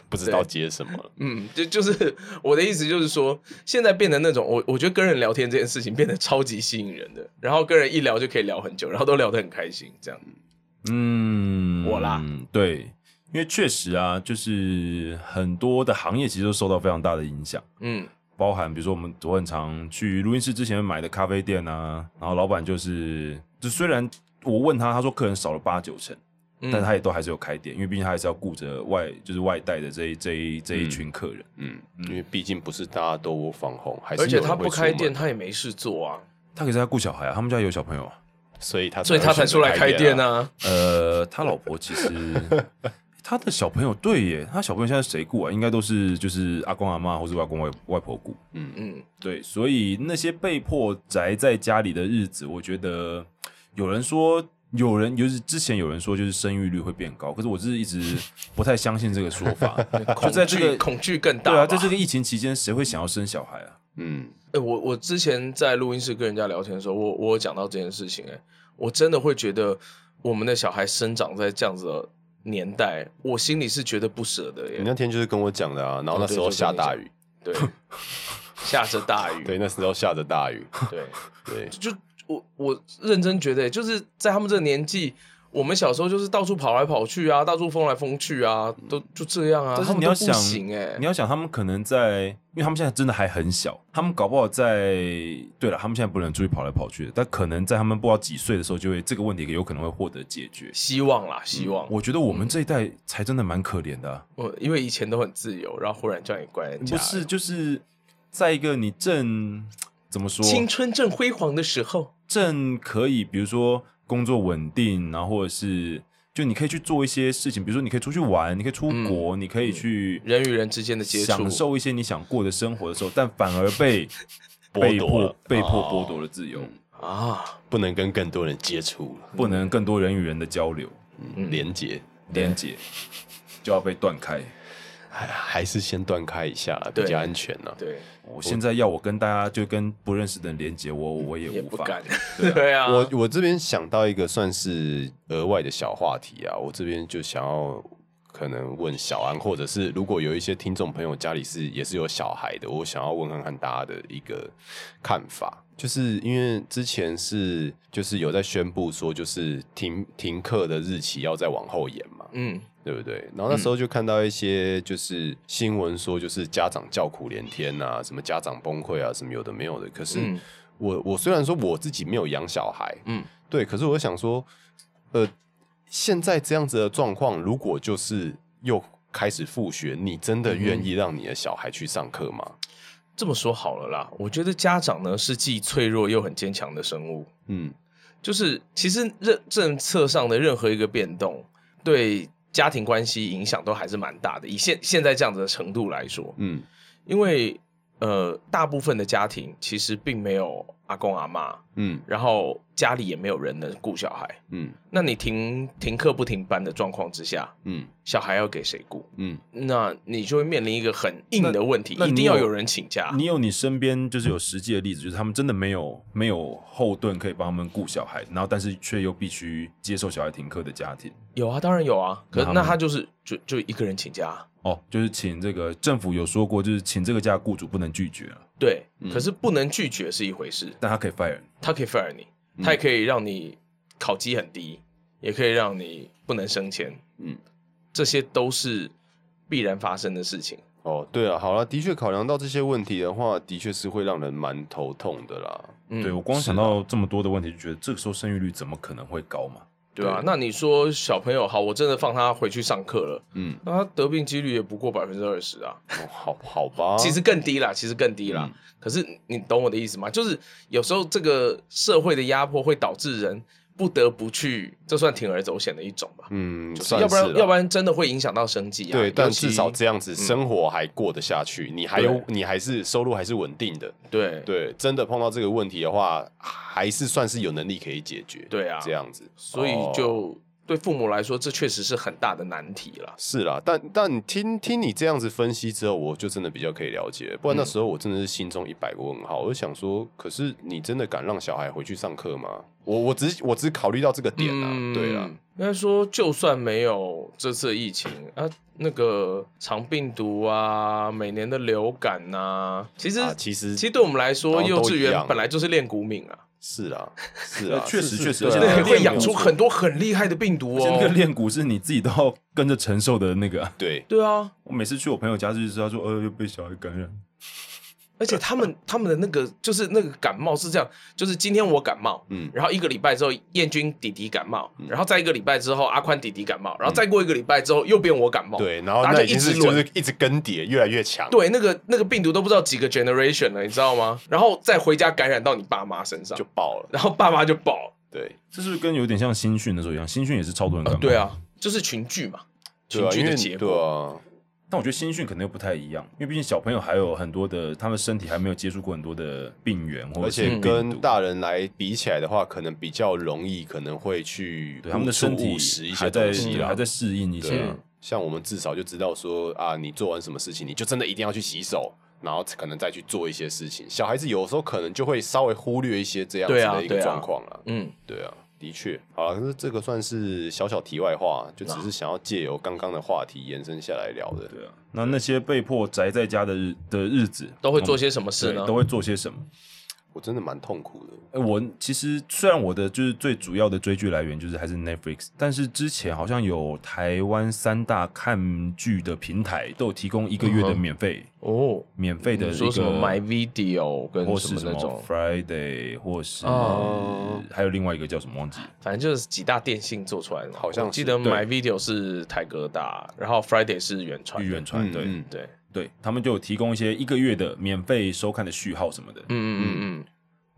S1: 不知道接什么了。
S3: 嗯，就就是我的意思，就是说，现在变得那种我我觉得跟人聊天这件事情变得超级吸引人的，然后跟人一聊就可以聊很久，然后都聊得很开心，这样。
S2: 嗯，
S3: 我啦，
S2: 对，因为确实啊，就是很多的行业其实都受到非常大的影响。
S3: 嗯，
S2: 包含比如说我们我很常去录音室之前买的咖啡店啊，然后老板就是，就虽然我问他，他说客人少了八九成，
S3: 嗯
S2: 但他也都还是有开店，因为毕竟他还是要顾着外就是外带的这一这一这一群客人，
S1: 嗯，因为毕竟不是大家都防红，还是
S3: 而且
S1: 有人
S3: 他
S1: 会出
S3: 不开
S1: 门
S3: 店，，他也没事做啊，
S2: 他可是他顾小孩啊，他们家有小朋友啊，
S1: 所以他
S3: 所以他才
S1: 会选择
S3: 出来开店
S1: 啊。
S3: 啊。
S2: 呃，他老婆其 实他的小朋友对耶，他小朋友现在谁顾啊？应该都是就是阿公阿妈或是外公外外婆顾，
S3: 嗯，
S2: 对，所以那些被迫宅在家里的日子，我觉得有人说，有人就是之前有人说，就是生育率会变高，可是我是一直不太相信这个说 法。
S3: 恐
S2: 在这
S3: 惧
S2: 个
S3: 恐惧更大
S2: 对
S3: 吧。
S2: 啊，在这个疫情期间，谁会想要生小孩啊？
S1: 嗯，
S3: 哎、我我之前在录音室跟人家聊天的时候，我我有讲到这件事情、哎，我真的会觉得我们的小孩生长在这样子的年代，我心里是觉得不舍的耶。
S1: 你那天就是跟我讲的啊，然后那时候下大雨，
S3: 对，下着大雨，
S1: 对，那时候下着大 雨，
S3: 对
S1: 对，
S3: 就我我认真觉得，就是在他们这个年纪，我们小时候就是到处跑来跑去啊，到处疯来疯去啊，都就这样啊。
S2: 嗯但是
S3: 他们
S2: 你要
S3: 都
S2: 想
S3: 不，行哎、
S2: 你要想，他们可能在，因为他们现在真的还很小，他们搞不好在，对了，他们现在不能出去跑来跑去的，但可能在他们不知道几岁的时候，就会这个问题有可能会获得解决。
S3: 希望啦，希望、
S2: 我觉得我们这一代才真的蛮可怜的啊、
S3: 我因为以前都很自由，然后忽然叫你关在家
S2: 不
S3: 里，
S2: 是，就是在一个你正怎么说，
S3: 青春正辉煌的时候，
S2: 正可以，比如说工作稳定，然后或者是就你可以去做一些事情，比如说你可以出去玩，你可以出国，你可以去
S3: 嗯人与人之间的接触
S2: 享受一些你想过的生活的时候，但反而被
S1: 剥
S2: 被
S1: 夺
S2: 迫
S1: 了
S2: 被迫
S1: 哦
S2: 剥夺了自由，
S3: 啊，
S1: 不能跟更多人接触
S3: 嗯
S1: 了，
S2: 不能更多人与人的交流
S1: 嗯，连接。
S2: 连接，就要被断开。
S1: 还还是先断开一下啦，
S3: 对
S1: 比较安全啊啦。
S3: 对，
S2: 我现在要我跟大家就跟不认识的人连接，我我也
S3: 也
S2: 无
S3: 不
S2: 法。
S3: 敢，
S2: 对啊
S3: 对啊，
S1: 我我这边想到一个算是额外的小话题啊，我这边就想要可能问小安，或者是如果有一些听众朋友家里是也是有小孩的，我想要问看看大家的一个看法，就是因为之前是就是有在宣布说，就是停停课的日期要再往后延嘛，
S3: 嗯
S1: 对不对？然后那时候就看到一些就是新闻说，就是家长叫苦连天啊，什么家长崩溃啊，什么有的没有的。可是
S3: 嗯
S1: 我我虽然说我自己没有养小孩，
S3: 嗯，
S1: 对，可是我想说，呃，现在这样子的状况，如果就是又开始复学，你真
S3: 嗯
S1: 的愿意让你的小孩去上课吗？
S3: 这么说好了啦，我觉得家长呢是既脆弱又很坚强的生物，
S1: 嗯
S3: 就是其实任政策上的任何一个变动，对家庭关系影响都还是蛮大的。以现现在这样子的程度来说，
S1: 嗯
S3: 因为呃，大部分的家庭其实并没有阿公阿妈，
S1: 嗯
S3: 然后家里也没有人能顾小孩。
S1: 嗯
S3: 那你停停课不停班的状况之下，
S1: 嗯
S3: 小孩要给谁顾？
S1: 嗯，
S3: 那你就会面临一个很硬的问题，
S2: 那那
S3: 一
S2: 你
S3: 定要
S2: 有
S3: 有人请假。
S2: 你有你身边就是有实际的例子，就是他们真的没有没有后盾可以帮他们顾小孩，然后但是却又必须接受小孩停课的家庭。
S3: 有啊，当然有啊。可
S2: 那他
S3: 那
S2: 们
S3: 他就是就就一个人请假啊，
S2: 哦，就是请这个政府有说过，就是请这个家的雇主不能拒绝啊
S3: 对。可是不能拒绝是一回事，
S2: 但他可以 fire 人。
S3: 他可以 fire 你，
S2: 嗯
S3: 他也可以让你考绩很低，也可以让你不能升迁，
S1: 嗯，
S3: 这些都是必然发生的事情。
S1: 哦，对了，好了，的确考量到这些问题的话，的确是会让人蛮头痛的啦。
S3: 嗯
S2: 对我光想到这么多的问题，就觉得这个时候生育率怎么可能会高嘛？
S3: 对啊
S1: 对，
S3: 那你说小朋友好，我真的放他回去上课了，
S1: 嗯，
S3: 那他得病几率也不过百分之二十啊，
S1: 哦嗯好好吧，
S3: 其实更低啦，其实更低啦。可是你懂我的意思吗？就是有时候这个社会的压迫会导致人不得不去，这算铤而走险的一种吧。
S1: 嗯，
S3: 就是
S1: 算
S3: 要不然
S1: 是，啦
S3: 要不然真的会影响到生计啊。
S1: 对，但
S3: 尤其嗯
S1: 至少这样子生活还过得下去，你还有你还是收入还是稳定的。
S3: 对
S1: 对，真的碰到这个问题的话，还是算是有能力可以解决。
S3: 对啊
S1: 这样子，
S3: 所以
S1: 哦
S3: 就对父母来说，这确实是很大的难题啦。
S1: 是啦，但但你听听你这样子分析之后，我就真的比较可以了解。不然
S3: 嗯
S1: 那时候我真的是心中一百个问号，我就想说，可是你真的敢让小孩回去上课吗？我我只我只考虑到这个点啊，对啊，，
S3: 应该说，就算没有这次疫情啊，那个长病毒啊，每年的流感呐、其实、
S1: 啊其实
S3: 嗯其实对我们来说，
S1: 好像都
S3: 幼稚
S1: 一
S3: 园
S1: 样
S3: 本来就是练股敏啊，
S1: 是啦，
S3: 呃
S1: 是啊，
S2: 确实
S1: 是是
S2: 确实
S1: 对
S2: 而且那
S1: 啊
S2: 个练
S3: 对，会
S2: 骨
S3: 养出很多很厉害的病毒
S2: 而且那个
S3: 哦。
S2: 练骨是你自己都要跟着承受的那个啊。
S1: 对
S3: 对啊，
S2: 我每次去我朋友家就是他说，呃，又被小孩感染，
S3: 而且他们他们的那个就是那个感冒是这样，就是今天我感冒，
S1: 嗯
S3: 然后一个礼拜之后燕君弟弟感冒，然后再一个礼拜之后阿宽弟弟感冒，然后再过一个礼拜之后又变我感
S1: 嗯
S3: 冒，
S1: 对，然后
S3: 哦大家
S1: 那
S3: 就
S1: 已经
S3: 一直
S1: 是就
S3: 轮
S1: 是一直更迭，越来越强。
S3: 对，那个那个病毒都不知道几个 generation 了，你知道吗？然后再回家感染到你爸妈身上
S1: 就，爆了，
S3: 然后爸妈就爆。
S1: 对，
S2: 这是不是跟有点像新训的时候一样，新训也是超多人感
S3: 呃
S2: 冒。
S3: 对，啊，就是群聚嘛，
S1: 对
S3: 群
S1: 啊，
S3: 聚
S1: 因
S3: 的
S1: 为
S3: 结
S1: 对
S3: 果。
S1: 啊，
S2: 但我觉得新训可能又不太一样，因为毕竟小朋友还有很多的，他们身体还没有接触过很多的病源，或
S1: 而
S2: 者是
S1: 且
S2: 病
S1: 跟
S2: 毒。
S1: 大人来比起来的话，可能比较容易，可能会去
S2: 对他们的身体
S1: 食一些
S2: 还在
S1: 东西啊
S2: 对
S1: 啦
S2: 还，在适应一
S1: 对
S2: 些
S1: 啊，像我们至少就知道说啊，你做完什么事情，你就真的一定要去洗手，然后可能再去做一些事情。小孩子有时候可能就会稍微忽略一些这样子
S3: 对啊
S1: 的一个
S3: 对啊
S1: 状况了。
S3: 嗯，
S1: 对啊，的确，好了，可是这个算是小小题外话，就只是想要借由刚刚的话题延伸下来聊的。
S2: 对啊。那那些被迫宅在家的日的日子，
S3: 都会做
S2: 嗯
S3: 些什么事呢
S2: 对？都会做些什么？
S1: 我真的蛮痛苦的。
S2: 哎，我其实虽然我的就是最主要的追剧来源就是还是 Netflix，但是之前好像有台湾三大看剧的平台都有提供一个月的
S3: 嗯哼
S2: 免费、
S3: 哦，
S2: 免费的
S3: 你
S2: 一
S3: 说什么
S2: 个
S3: My Video 跟
S2: 或
S3: 什
S2: 是
S3: 么
S2: 什
S3: 那
S2: 么
S3: 种，
S2: Friday，或是、
S3: 哦
S2: 还有另外一个叫什么忘记了，
S3: 反正就是几大电信做出来的嘛。
S1: 好像
S3: 我记
S1: 是
S3: 得
S2: 对
S3: My video 是台哥大，然后 Friday 是原创，
S2: 玉远传，对、
S1: 嗯
S3: 对，
S2: 对，他们就有提供一些一个月的免费收看的序号什么的。
S3: 嗯嗯嗯嗯，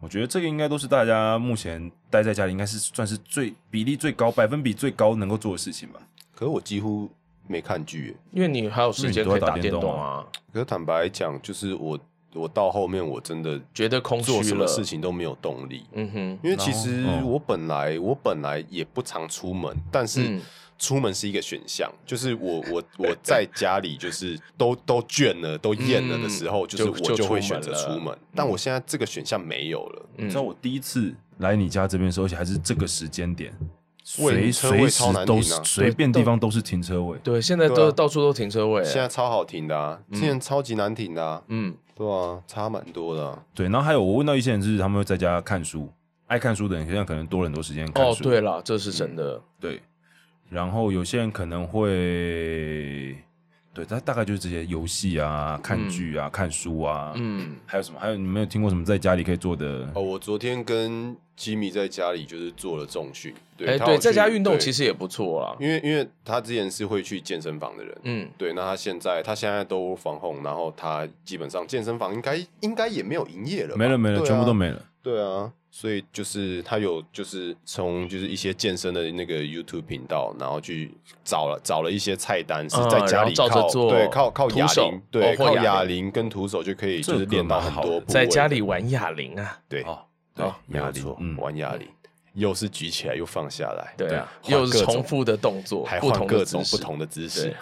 S2: 我觉得这个应该都是大家目前待在家里应该是算是最比例最高、百分比最高能够做的事情吧。
S1: 可是我几乎没看剧耶。
S3: 因为你还有时间
S2: 因为你
S3: 可以
S2: 都
S3: 打
S2: 在打
S3: 电
S2: 电动啊
S3: 动啊，
S1: 可是坦白讲，就是我我到后面我真的
S3: 觉得空
S1: 做
S3: 虚
S1: 什
S3: 了
S1: 么事，情都没有动力，
S3: 嗯哼，
S1: 因为其实
S2: 然后
S1: 我本来我本来也不常出门，但是
S3: 嗯
S1: 出门是一个选项，就是我我我在家里就是都都倦了都厌了的时候，
S3: 嗯
S1: 就是
S3: 就
S1: 我
S3: 就
S1: 就会
S3: 出
S1: 选
S3: 门
S1: 择
S3: 了嗯
S1: 出门，但我现在这个选项没有了。
S2: 你知道我第一次来你家这边的时候，而且还是这个时间点，
S1: 喂
S2: 随
S1: 你车位
S2: 随时
S1: 超难停啊
S2: 都是随便地方都是停车位。
S3: 对，现在
S1: 对
S3: 都
S1: 啊
S3: 到处都停车位，
S1: 现在超好停的啊，之前超级难停的啊，
S3: 嗯，
S1: 对啊，差蛮多的啊。
S2: 对，然后还有我问到一些人，就是他们会在家看书，爱看书的人现在可能多了很多时间看
S3: 哦，
S2: 书。
S3: 对了，这是真的，
S2: 对，然后有些人可能会，对，他大概就是这些游戏啊、看剧啊、看书啊，
S3: 嗯，
S2: 还有什么？还有你没有听过什么在家里可以做的？
S1: 哦，我昨天跟吉米在家里就是做了重训，
S3: 哎，
S1: 对，他有
S3: 对，在
S1: 去
S3: 家运动
S1: 对
S3: 其实也不错啦，
S1: 因为因为他之前是会去健身房的人，
S3: 嗯，
S1: 对，那他现在他现在都防控，然后他基本上健身房应该应该也没有营业了吧，
S2: 没了没了，
S1: 对啊
S2: 全部都。没了。
S1: 对啊，所以就是他有就是从就是一些健身的那个 YouTube 频道，然后去找了找了一些菜单是
S3: 嗯
S1: 在家里
S3: 然后照着
S1: 靠
S3: 做
S1: 对靠靠
S3: 徒
S1: 哑
S3: 手
S1: 铃对
S3: 哦或
S1: 靠
S3: 哑
S1: 哑铃跟徒手就可以
S2: 这
S1: 就是
S2: 个
S1: 练到
S2: 蛮
S1: 很
S2: 好
S1: 多
S2: 的
S1: 部
S3: 在
S1: 位
S3: 家
S1: 的
S3: 里玩哑铃啊，
S1: 对
S2: 哦，对
S3: 哦，
S1: 没有
S2: 压力
S1: 错，
S2: 嗯，
S1: 玩哑铃又是举起来又放下来，
S3: 对啊，
S1: 换
S3: 又是
S1: 各种
S3: 重复的动作，
S1: 还
S3: 不
S1: 换
S3: 同
S1: 各
S3: 的姿
S1: 种
S3: 势
S1: 不，同的姿势
S3: 对，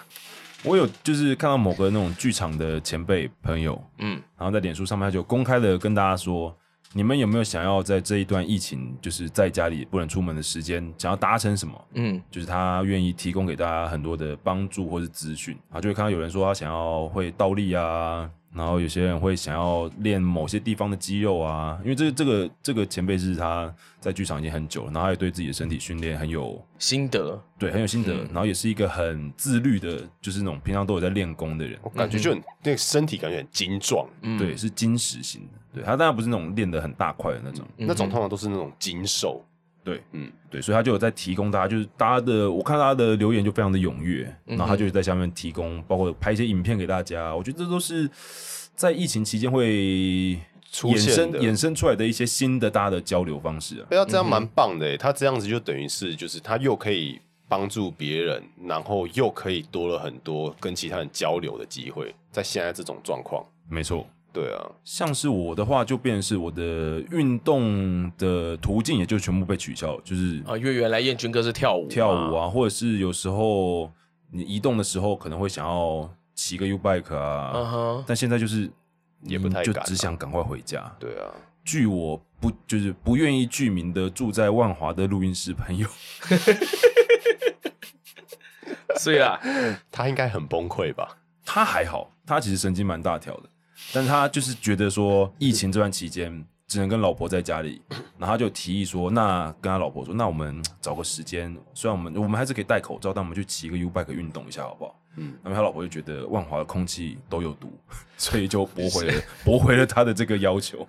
S2: 我有就是看到某个那种剧场的前辈朋友，
S3: 嗯，
S2: 然后在脸书上面他就公开的跟大家说，你们有没有想要在这一段疫情，就是在家里不能出门的时间，想要达成什么？
S3: 嗯
S2: 就是他愿意提供给大家很多的帮助或是资讯，然后就会看到有人说他想要会倒立啊，然后有些人会想要练某些地方的肌肉啊，因为这个这个这个前辈是他在剧场已经很久了，然后他也对自己的身体训练很有
S3: 心得，
S2: 对很有心得，
S3: 嗯
S2: 然后也是一个很自律的，就是那种平常都有在练功的人，
S1: 我感觉就很那个身体感觉很精壮，
S3: 嗯，
S2: 对，是金石型的，对他当然不是那种练得很大块的那种，
S3: 嗯哼
S1: 那种通常都是那种精瘦，
S2: 对，
S1: 嗯
S2: 嗯，对，所以他就有在提供大家，就是大家的，我看大家的留言就非常的踊跃，然后他就在下面提供，包括拍一些影片给大家，我觉得这都是在疫情期间会
S1: 出
S2: 衍
S1: 现
S2: 生
S1: 的
S2: 衍生出来的一些新的大家的交流方式啊。
S1: 对啊，
S3: 嗯
S1: 这样蛮棒的欸、他这样子就等于是，就是他又可以帮助别人，然后又可以多了很多跟其他人交流的机会，在现在这种状况，
S2: 没错，
S1: 对啊，
S2: 像是我的话，就变成是我的运动的途径也就全部被取消了，就是
S3: 啊，因为原来燕军哥是跳舞嘛，
S2: 跳舞啊，或者是有时候你移动的时候可能会想要骑个 U bike 啊，
S3: 嗯哼，
S2: 但现在就是
S1: 也不太
S2: 就
S1: 敢
S2: 只
S1: 了
S2: 想赶快回家。
S1: 对啊，
S2: 据我不就是不愿意具名的住在万华的录音室朋友，啊
S3: 所以啊啦，
S1: 他应该很崩溃吧？
S2: 他还好，他其实神经蛮大条的，但他就是觉得说疫情这段期间只能跟老婆在家里，然后他就提议说，那跟他老婆说，那我们找个时间，虽然我们我们还是可以戴口罩，但我们去骑个 U bike 运动一下好不好？
S1: 嗯
S2: 嗯，那么他老婆就觉得万华的空气都有毒，所以就驳回了 驳回了他的这个要求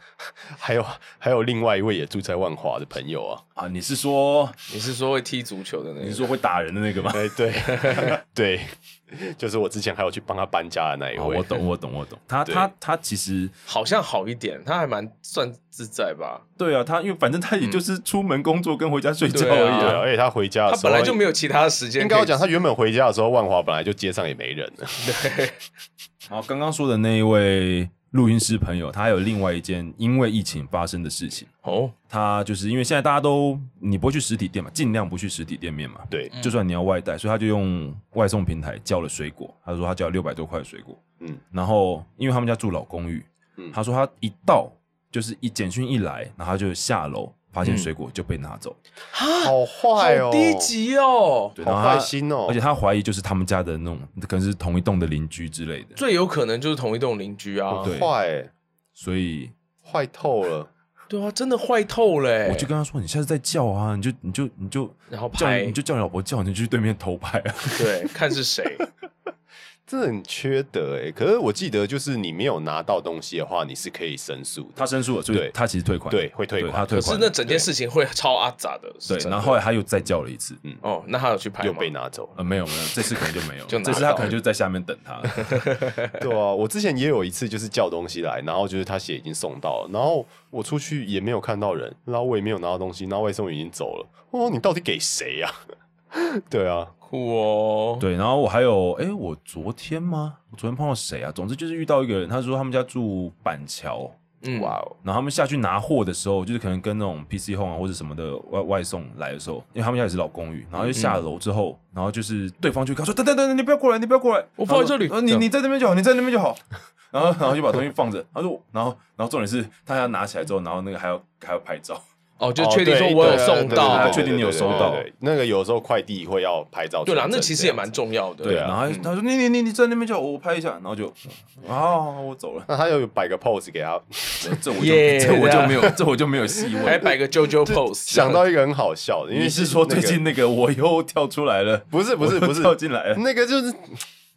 S1: 还有还有另外一位也住在万华的朋友啊，
S2: 啊！你是说
S3: 你是说会踢足球的那
S2: 你
S3: 个
S2: 是？说会打人的那个吗？
S1: 哎、 对对，就是我之前还有去帮他搬家的那一
S2: 哦，
S1: 位，
S2: 我懂，我懂，我懂。他
S1: 对
S2: 他他其实
S3: 好像好一点，他还蛮算自在吧。
S2: 对啊，他因为反正他也就是出门工作跟回家睡觉
S3: 对
S2: 而
S1: 对
S2: 已、
S1: 啊，
S3: 啊
S1: 而且他回家的
S3: 他
S1: 时候，
S3: 本来就没有其他的时间可以。
S1: 应该我讲，他原本回家的时候，万华本来就街上也没人了，
S2: 然后刚刚说的那一位录音师朋友，他还有另外一件因为疫情发生的事情。
S3: 哦，
S2: 他就是因为现在大家都你不会去实体店嘛，尽量不去实体店面嘛。
S1: 对，
S2: 就算你要外带，所以他就用外送平台叫了水果。他说他叫六百多块的水果，
S1: 嗯
S2: 嗯，然后因为他们家住老公寓，
S1: 嗯
S2: 他说他一到就是一简讯一来，然后他就下楼发
S1: 嗯
S2: 现水果就被拿走。
S1: 好坏哦，
S3: 好低级哦，
S2: 对，
S1: 好
S2: 然后他
S1: 坏心哦
S2: 而且他怀疑就是他们家的那种，可能是同一栋的邻居之类的，
S3: 最有可能就是同一栋邻居啊。
S1: 很
S2: 哦对
S1: 坏欸、
S2: 所以
S1: 坏透了。
S3: 对啊，真的坏透了欸。
S2: 我就跟他说：“你下次再叫啊，你就你就你就
S3: 然后
S2: 叫
S3: 拍
S2: 你，就叫你老婆叫，你就去对面偷拍啊。
S3: 对，看 是谁。
S1: 这很缺德哎、可是我记得，就是你没有拿到东西的话，你是可以申诉”的。
S2: 他申诉了，所
S1: 对
S2: 以他其实退款，
S1: 对会退款
S2: 他退
S3: 可是
S2: 款
S3: 那
S2: 了。
S3: 整件事情会超阿杂的。是
S2: 对，
S3: 真的
S2: 然后后来他又再叫了一次，，
S3: 哦，那他有去拍
S1: 又
S3: 吗？
S1: 被拿走
S2: 呃，没有没有，这次可 能就没有，
S3: 就拿
S2: 这次他可能就在下面等他。
S1: 对啊，我之前也有一次就是叫东西来，然后就是他写已经送到了，然后我出去也没有看到人，然后我也没有拿到东西，然后外送员已经走了。哦，你到底给谁呀、对啊，
S3: 酷哦。
S2: 对，然后我还有，哎，我昨天吗？我昨天碰到谁啊？总之就是遇到一个人，他说他们家住板桥，
S3: 对哇哦，
S2: 然后他们下去拿货的时候，就是可能跟那种 PC Home 啊或者什么的外外送来的时候，因为他们家也是老公寓，然后就下楼之后，然后就是对方就跟他说：“等等等等，你不要过来，你不要过来，
S3: 我放在这里
S2: 然后说呃你你在那边就好，你在那边就好。”然后然后就把东西放着。他说，然后然后重点是他要拿起来之后，然后那个还要还要拍照。
S3: 哦，就
S1: 哦
S3: 确定说
S1: 对
S3: 我有
S1: 对
S3: 送
S1: 对
S3: 到
S1: 对对
S2: 他
S1: 对
S2: 确定你有
S1: 对对
S2: 收
S1: 对
S2: 到
S1: 对对那个有时候快递会要拍照
S3: 对
S1: 确
S3: 啦
S1: 认，
S3: 那其实也蛮
S1: 这样子。
S3: 重要的。
S1: 对啊
S2: 然后他他说：“你你你你在那边就好，我拍一下。”然后就啊，我走了。
S1: 那他有摆个 pose 给 他，
S2: 这这我 就
S3: Yeah，
S2: 这我
S3: 对
S2: 就
S3: 啊
S2: 没有这我就没有细
S3: 还
S2: 问。
S3: 摆个 JoJo pose，
S1: 想到一个很好笑的，因为
S2: 你是说
S1: 那个
S2: 最近那个我又跳出来了？
S1: 不是不是
S2: 我又
S1: 不是
S2: 跳进来了。
S1: 那个就是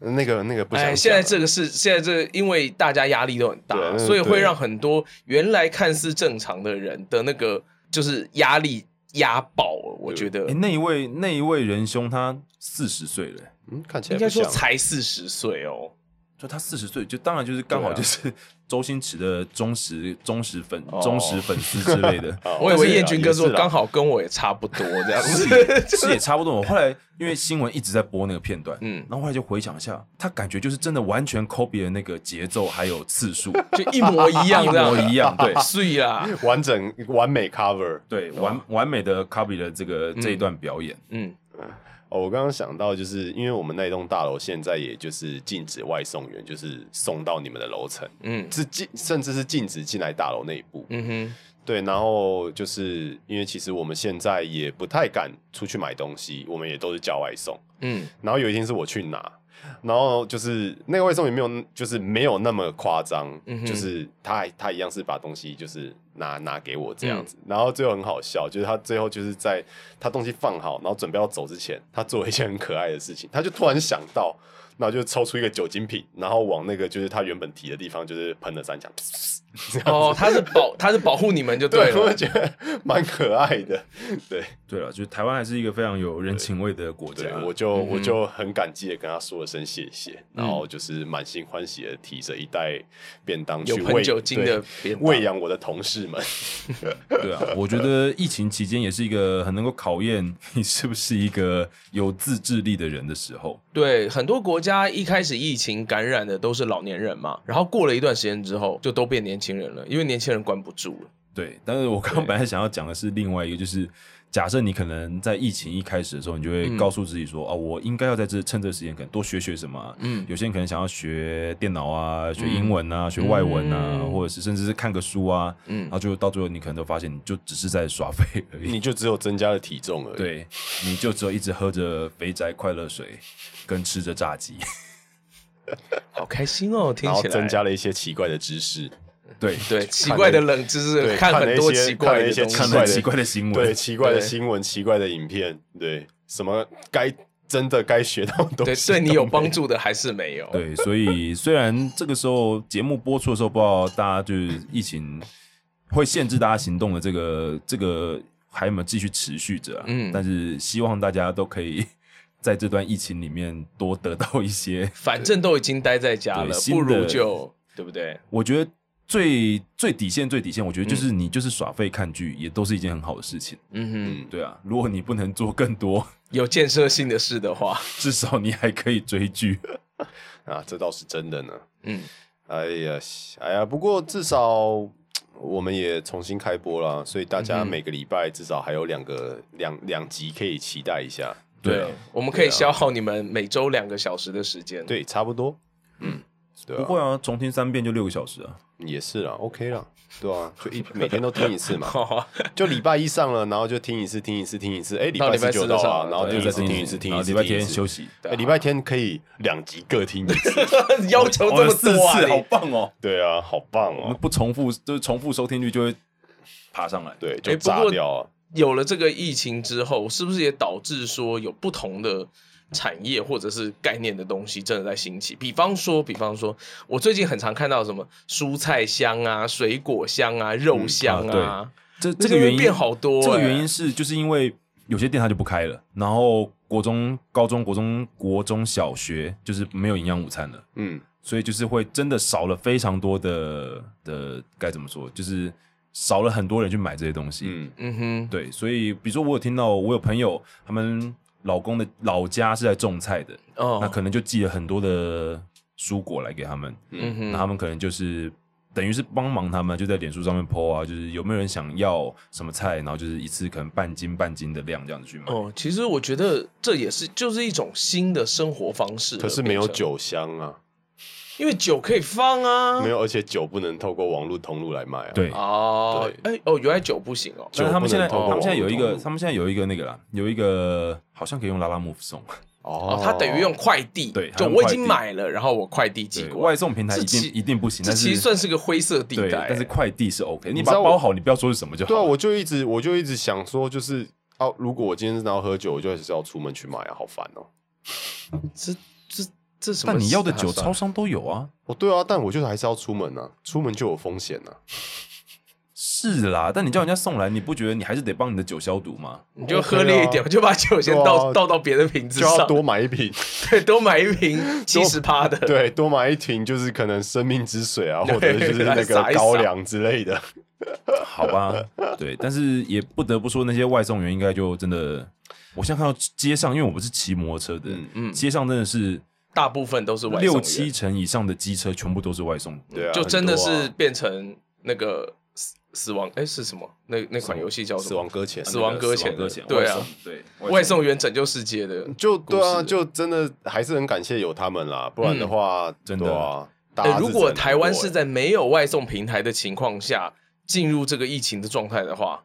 S1: 那个那个不想
S3: 哎，
S1: 讲
S3: 现在
S1: 了
S3: 这个是现在这个因为大家压力都很
S1: 对
S3: 大，
S1: 那
S3: 所以会
S1: 对
S3: 让很多原来看似正常的人的那个就是压力压爆了。我觉得
S2: 欸、那一位那一位仁兄他四十岁了欸，
S1: 嗯看起来
S3: 应该
S1: 不
S3: 说
S1: 像
S3: 才四十岁哦，
S2: 就他四十岁，就当然就是刚好
S1: 对啊
S2: 就是 周星驰的忠实忠实粉、
S1: 哦。
S2: 忠实粉丝之类的
S1: 哦
S3: 我以
S1: 但
S3: 为
S1: 是
S3: 燕军哥说
S1: 也是啦
S3: 刚好跟我也差不多这样
S2: 是
S3: 子，
S2: 是也差不多。我后来因为新闻一直在播那个片段，
S3: 嗯
S2: 嗯，然后后来就回想一下，他感觉就是真的完全 copy 了那个节奏还有 次数，
S3: 就一模 一样，
S2: 一模一样，对
S3: 碎啦，
S1: 完整完美 cover。
S2: 对，完完美的 copy 了这个这一段表演。
S3: 嗯，
S1: 哦，我刚刚想到，就是因为我们那栋大楼现在也就是禁止外送员，就是送到你们的楼层，
S3: 嗯
S1: 是禁甚至是禁止进来大楼内部。
S3: 嗯哼，
S1: 对，然后就是因为其实我们现在也不太敢出去买东西，我们也都是叫外送。
S3: 嗯
S1: 然后有一天是我去拿，然后就是那个外送也没有，就是没有那么夸张，
S3: 嗯哼
S1: 就是他还他一样是把东西就是拿拿给我这样子，
S3: 嗯
S1: 然后最后很好笑，就是他最后就是在他东西放好，然后准备要走之前，他做了一件很可爱的事情，他就突然想到，然后就抽出一个酒精瓶，然后往那个就是他原本提的地方就是喷了 三枪，
S3: 哦，他是保他是保护你们就对
S1: 我
S3: 了，
S1: 觉得蛮可爱的，对。
S2: 对了，就是台湾还是一个非常有人情味的国
S3: 啊
S2: 家
S1: 对，。我就、
S3: 嗯
S1: 我就很感激的跟他说了声谢谢，然后就是满心欢喜的提着一袋便当去
S3: 有喷
S1: 喂
S3: 酒精的
S1: 对
S3: 便当
S1: 喂养我的同事们。
S2: 对啊，我觉得疫情期间也是一个很能够考验你是不是一个有自制力的人的时候。
S3: 对，很多国家一开始疫情感染的都是老年人嘛，然后过了一段时间之后，就都变年轻人了，因为年轻人关不住了。
S2: 对，但是我刚刚本来想要讲的是另外一个，就是假设你可能在疫情一开始的时候，你就
S3: 嗯
S2: 会告诉自己说，啊，我应该要在这趁这时间可能多学学什么啊、
S3: 嗯
S2: 有些人可能想要学电脑啊，学英文啊，学外文啊，
S3: 嗯
S2: 或者是甚至是看个书啊，
S3: 嗯
S2: 然后就到最后你可能都发现，你就只是在耍废而 已。
S1: 你就只有增加了体重而已。，
S2: 对，你就只有一直喝着肥宅快乐水，跟吃着炸鸡。
S3: 好开心哦，听
S1: 然后
S3: 起来
S1: 增加了一些奇怪的知识，
S2: 对，
S3: 对奇怪的冷知识，
S1: 对
S3: 看
S1: 看了
S3: 很
S1: 一
S3: 多
S1: 些
S3: 奇怪
S1: 看了
S3: 的
S1: 一些
S3: 东西
S2: 看
S1: 奇怪的
S2: 了奇怪的新闻，
S1: 对奇怪的
S3: 嗯对
S1: 新闻、奇怪的影片，对什么该真的该学到的东
S3: 对，
S1: 西，
S3: 对你有帮。助的还是没有？
S2: 对，所以虽然这个时候节目播出的时候，不知道大家就是疫情会限制大家行动的这个这个还有没有继续持续着、嗯
S3: 嗯，
S2: 但是希望大家都可以在这段疫情里面多得到一些，
S3: 反正都已经待在家
S2: 对
S3: 了，
S2: 新
S3: 不
S2: 的
S3: 如就对不对？
S2: 我觉得。最最底线，最底线，我觉得就是
S1: 嗯
S2: 你就是耍废看剧，也都是一件很好的事情。
S3: 嗯哼，
S1: 嗯，
S2: 对啊，如果你不能做更多，
S3: 有建设性的事的话，
S2: 至少你还可以追剧。
S1: 啊，这倒是真的呢。
S3: 嗯，
S1: 哎呀，哎呀，不过至少我们也重新开播了，所以大
S3: 嗯
S1: 家
S3: 哼
S1: 每个礼拜至少还有两个两两集可以期待一下。
S2: 对啊，
S3: 我们可以消耗你们每周两个小时的时间。，
S1: 对，差不多。嗯，对
S2: 不
S1: 啊，
S2: 会啊，重听三遍就六个小时啊。
S1: 也是啦，OK 啦，对啊，就一每天都听一次嘛，
S3: 哦，
S1: 就礼拜一上了，然后就听一次，听一次，听一次，哎，礼
S3: 到
S1: 拜
S3: 礼拜
S1: 四
S3: 四
S1: 就
S3: 就
S1: 到
S3: 上
S1: 了，
S3: 了
S1: 然后
S3: 对
S1: 听一次，
S3: 再
S1: 听一次，听一
S2: 然后
S1: 次，
S2: 啊礼拜
S1: 听一
S2: 天
S1: 次
S2: 休。息。
S1: 哎，礼
S3: 啊
S1: 拜天可以两集各听一次，
S3: 要 求这么
S2: 四
S3: 多啊
S2: 次，
S3: 你
S2: 好棒哦！
S1: 对啊，好棒
S2: 我们
S1: 哦，
S2: 不重复，就是重复收听率就会爬上来。
S1: 对，就
S3: 哎不
S1: 炸
S3: 过
S1: 掉啊，
S3: 有了这个疫情之后，是不是也导致说有不同的产业或者是概念的东西真的在兴起？比方说，比方说，我最近很常看到什么蔬菜香啊、水果香啊、肉香
S2: 嗯
S3: 啊
S2: 啊，这
S3: 那
S2: 这个原因
S3: 变好多欸
S2: 这个原因是就是因为有些店它就不开了，然后国中、高中、国中、国中小学就是没有营养午餐了，
S1: 嗯，
S2: 所以就是会真的少了非常多的的该怎么说，就是少了很多人去买这些东西。
S1: 嗯
S3: 嗯哼，
S2: 对，所以比如说我有听到，我有朋友他们老公的老家是在种菜的，
S3: 哦，
S2: 那可能就寄了很多的蔬果来给他们，
S3: 嗯哼，
S2: 那他们可能就是等于是帮忙他们，就在脸书上面 po 啊，就是有没有人想要什么菜，然后就是一次可能半斤半斤的量这样子去买。
S3: 哦，其实我觉得这也是就是一种新的生活方式了。
S1: 可是没有
S3: 变成，
S1: 酒香啊，
S3: 因为酒可以放啊。
S1: 没有，而且酒不能透过网络通路来卖啊，
S2: 对，
S3: 哦，哎哦，原来酒不行哦。
S2: 但是他们现在
S1: 酒不能
S2: 他们现在有一
S1: 透
S2: 个
S1: 过
S2: 他们现在有一个那个啦，有一个好像可以用拉拉 move 送，
S1: 哦
S3: 哦，他等于用快递，
S2: 对他
S3: 就
S2: 用
S3: 我已
S2: 快
S3: 经
S2: 递
S3: 买了，然后我快递寄
S2: 对
S3: 过来。
S2: 外送平台一
S3: 这其
S2: 定一定不行，
S3: 这
S2: 但
S3: 其实
S2: 是
S3: 算是个灰色地
S2: 对，
S3: 带，欸
S2: 但是快递是 OK，你
S1: 你
S2: 把
S1: 知道
S2: 它
S1: 我
S2: 包好，你不要说是什么就好
S1: 对啊，
S2: 了。
S1: 我就一直我就一直想说，就是哦、如果我今天是要喝酒，我就还是要出门去买啊，好烦哦、
S3: 这这这什么？
S2: 但你要的酒，
S3: 啊算
S2: 超
S3: 了
S2: 商都有啊。
S1: 哦，对啊，但我就是还是要出门啊，出门就有风险啊。
S2: 是啦，但你叫人家送来，你不觉得你还是得帮你的酒消毒吗？
S3: 你就喝
S2: 啊
S3: 烈一点，就把酒先
S1: 对啊
S3: 倒倒到别的瓶子
S1: 就要
S3: 上，
S1: 多买一 瓶，
S3: 对，多买一 瓶七十趴的，
S1: 对，多买一瓶就是可能生命之水啊，
S3: 对
S1: 或者就是那
S3: 撒
S1: 个
S3: 一撒
S1: 高粱之类 的。
S2: 好吧，对，但是也不得不说，那些外送员应该就真的，我现在看到街上，因为我不是骑摩托车的，
S1: 嗯
S3: 嗯
S2: 街上真的是
S3: 大部分都是外送员嗯
S2: 六七，成以上的机车全部都是外送，
S1: 对啊，
S3: 就真的
S1: 很
S3: 是
S1: 多啊
S3: 变成那个死死亡，哎是什么？那那款游戏叫什
S1: 死
S3: 么
S1: 亡？搁浅，啊
S3: 死亡搁浅
S2: 死亡搁浅，
S3: 对啊
S2: 外送，对，
S3: 外送员拯救世界的，
S1: 就对啊，
S3: 故事嗯
S1: 就真的还是很感谢有他们啦，不然的话，
S2: 真的
S1: 对啊。大
S3: 哎
S1: 家
S3: 如
S1: 日子
S3: 果
S1: 很难
S3: 台湾
S1: 过
S3: 是
S1: 欸
S3: 在没有外送平台的情况下进入这个疫情的状态的话，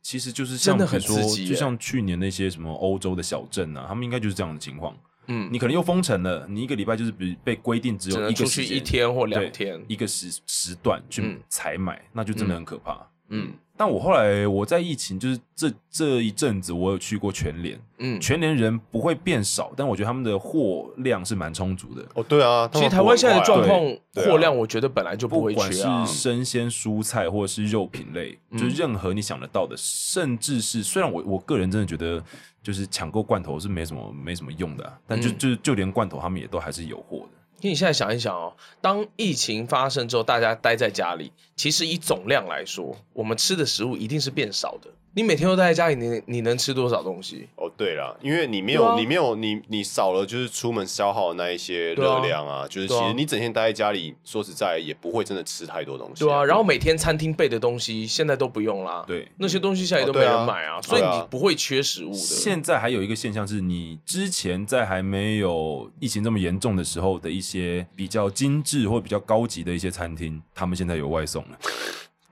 S2: 其实就是像
S3: 真的很
S2: 比如说
S3: 刺激耶
S2: 就像去年那些什么欧洲的小镇啊，他们应该就是这样的情况，
S3: 嗯
S2: 你可能又封城了，你一个礼拜就是比被规定只
S3: 只
S2: 有
S3: 能
S2: 一个
S3: 出
S2: 时
S3: 去
S2: 间
S3: 一天或
S2: 对
S3: 两天。
S2: 一个时时段去
S3: 嗯
S2: 采买，那就真的很可怕。
S3: 嗯
S2: 但我后来我在疫情就是这这一阵子，我有去过全联，
S3: 嗯，
S2: 全联人不会变少，但我觉得他们的货量是蛮充足的。
S1: 哦，对啊，
S3: 其实台湾现在的状况
S1: 对
S3: 货量，我觉得本来就
S2: 不
S3: 会
S2: 管
S3: 缺
S2: 是
S3: 啊。
S2: 生鲜蔬菜或者是肉品类，
S3: 嗯
S2: 就任何你想得到的，甚至是虽然我我个人真的觉得，就是抢购罐头是没什么没什么用的啊、但就、
S3: 嗯
S2: 就就连罐头他们也都还是有货的。
S3: 因为你现在想一想哦，当疫情发生之后，大家待在家里，其实以总量来说，我们吃的食物一定是变少的。你每天都待在家里，你你能吃多少东西？
S1: 哦，对啦，因为你没
S3: 对啊
S1: 有，你没有，你你少了就是出门消耗的那一些
S3: 对啊
S1: 热量啊，就是
S3: 对
S1: 其
S3: 啊
S1: 实你整天待在家里，说实在也不会真的吃太多东西。
S3: 对啊，然后每天餐厅备的东西现在都不用啦，，
S2: 对，
S3: 那些东西现在也都
S1: 哦
S3: 没
S1: 对啊
S3: 人买啊，所以
S1: 对啊
S3: 你不会缺食物的。
S2: 现在还有一个现象是，你之前在还没有疫情这么严重的时候的一些比较精致或比较高级的一些餐厅，他们现在有外送了。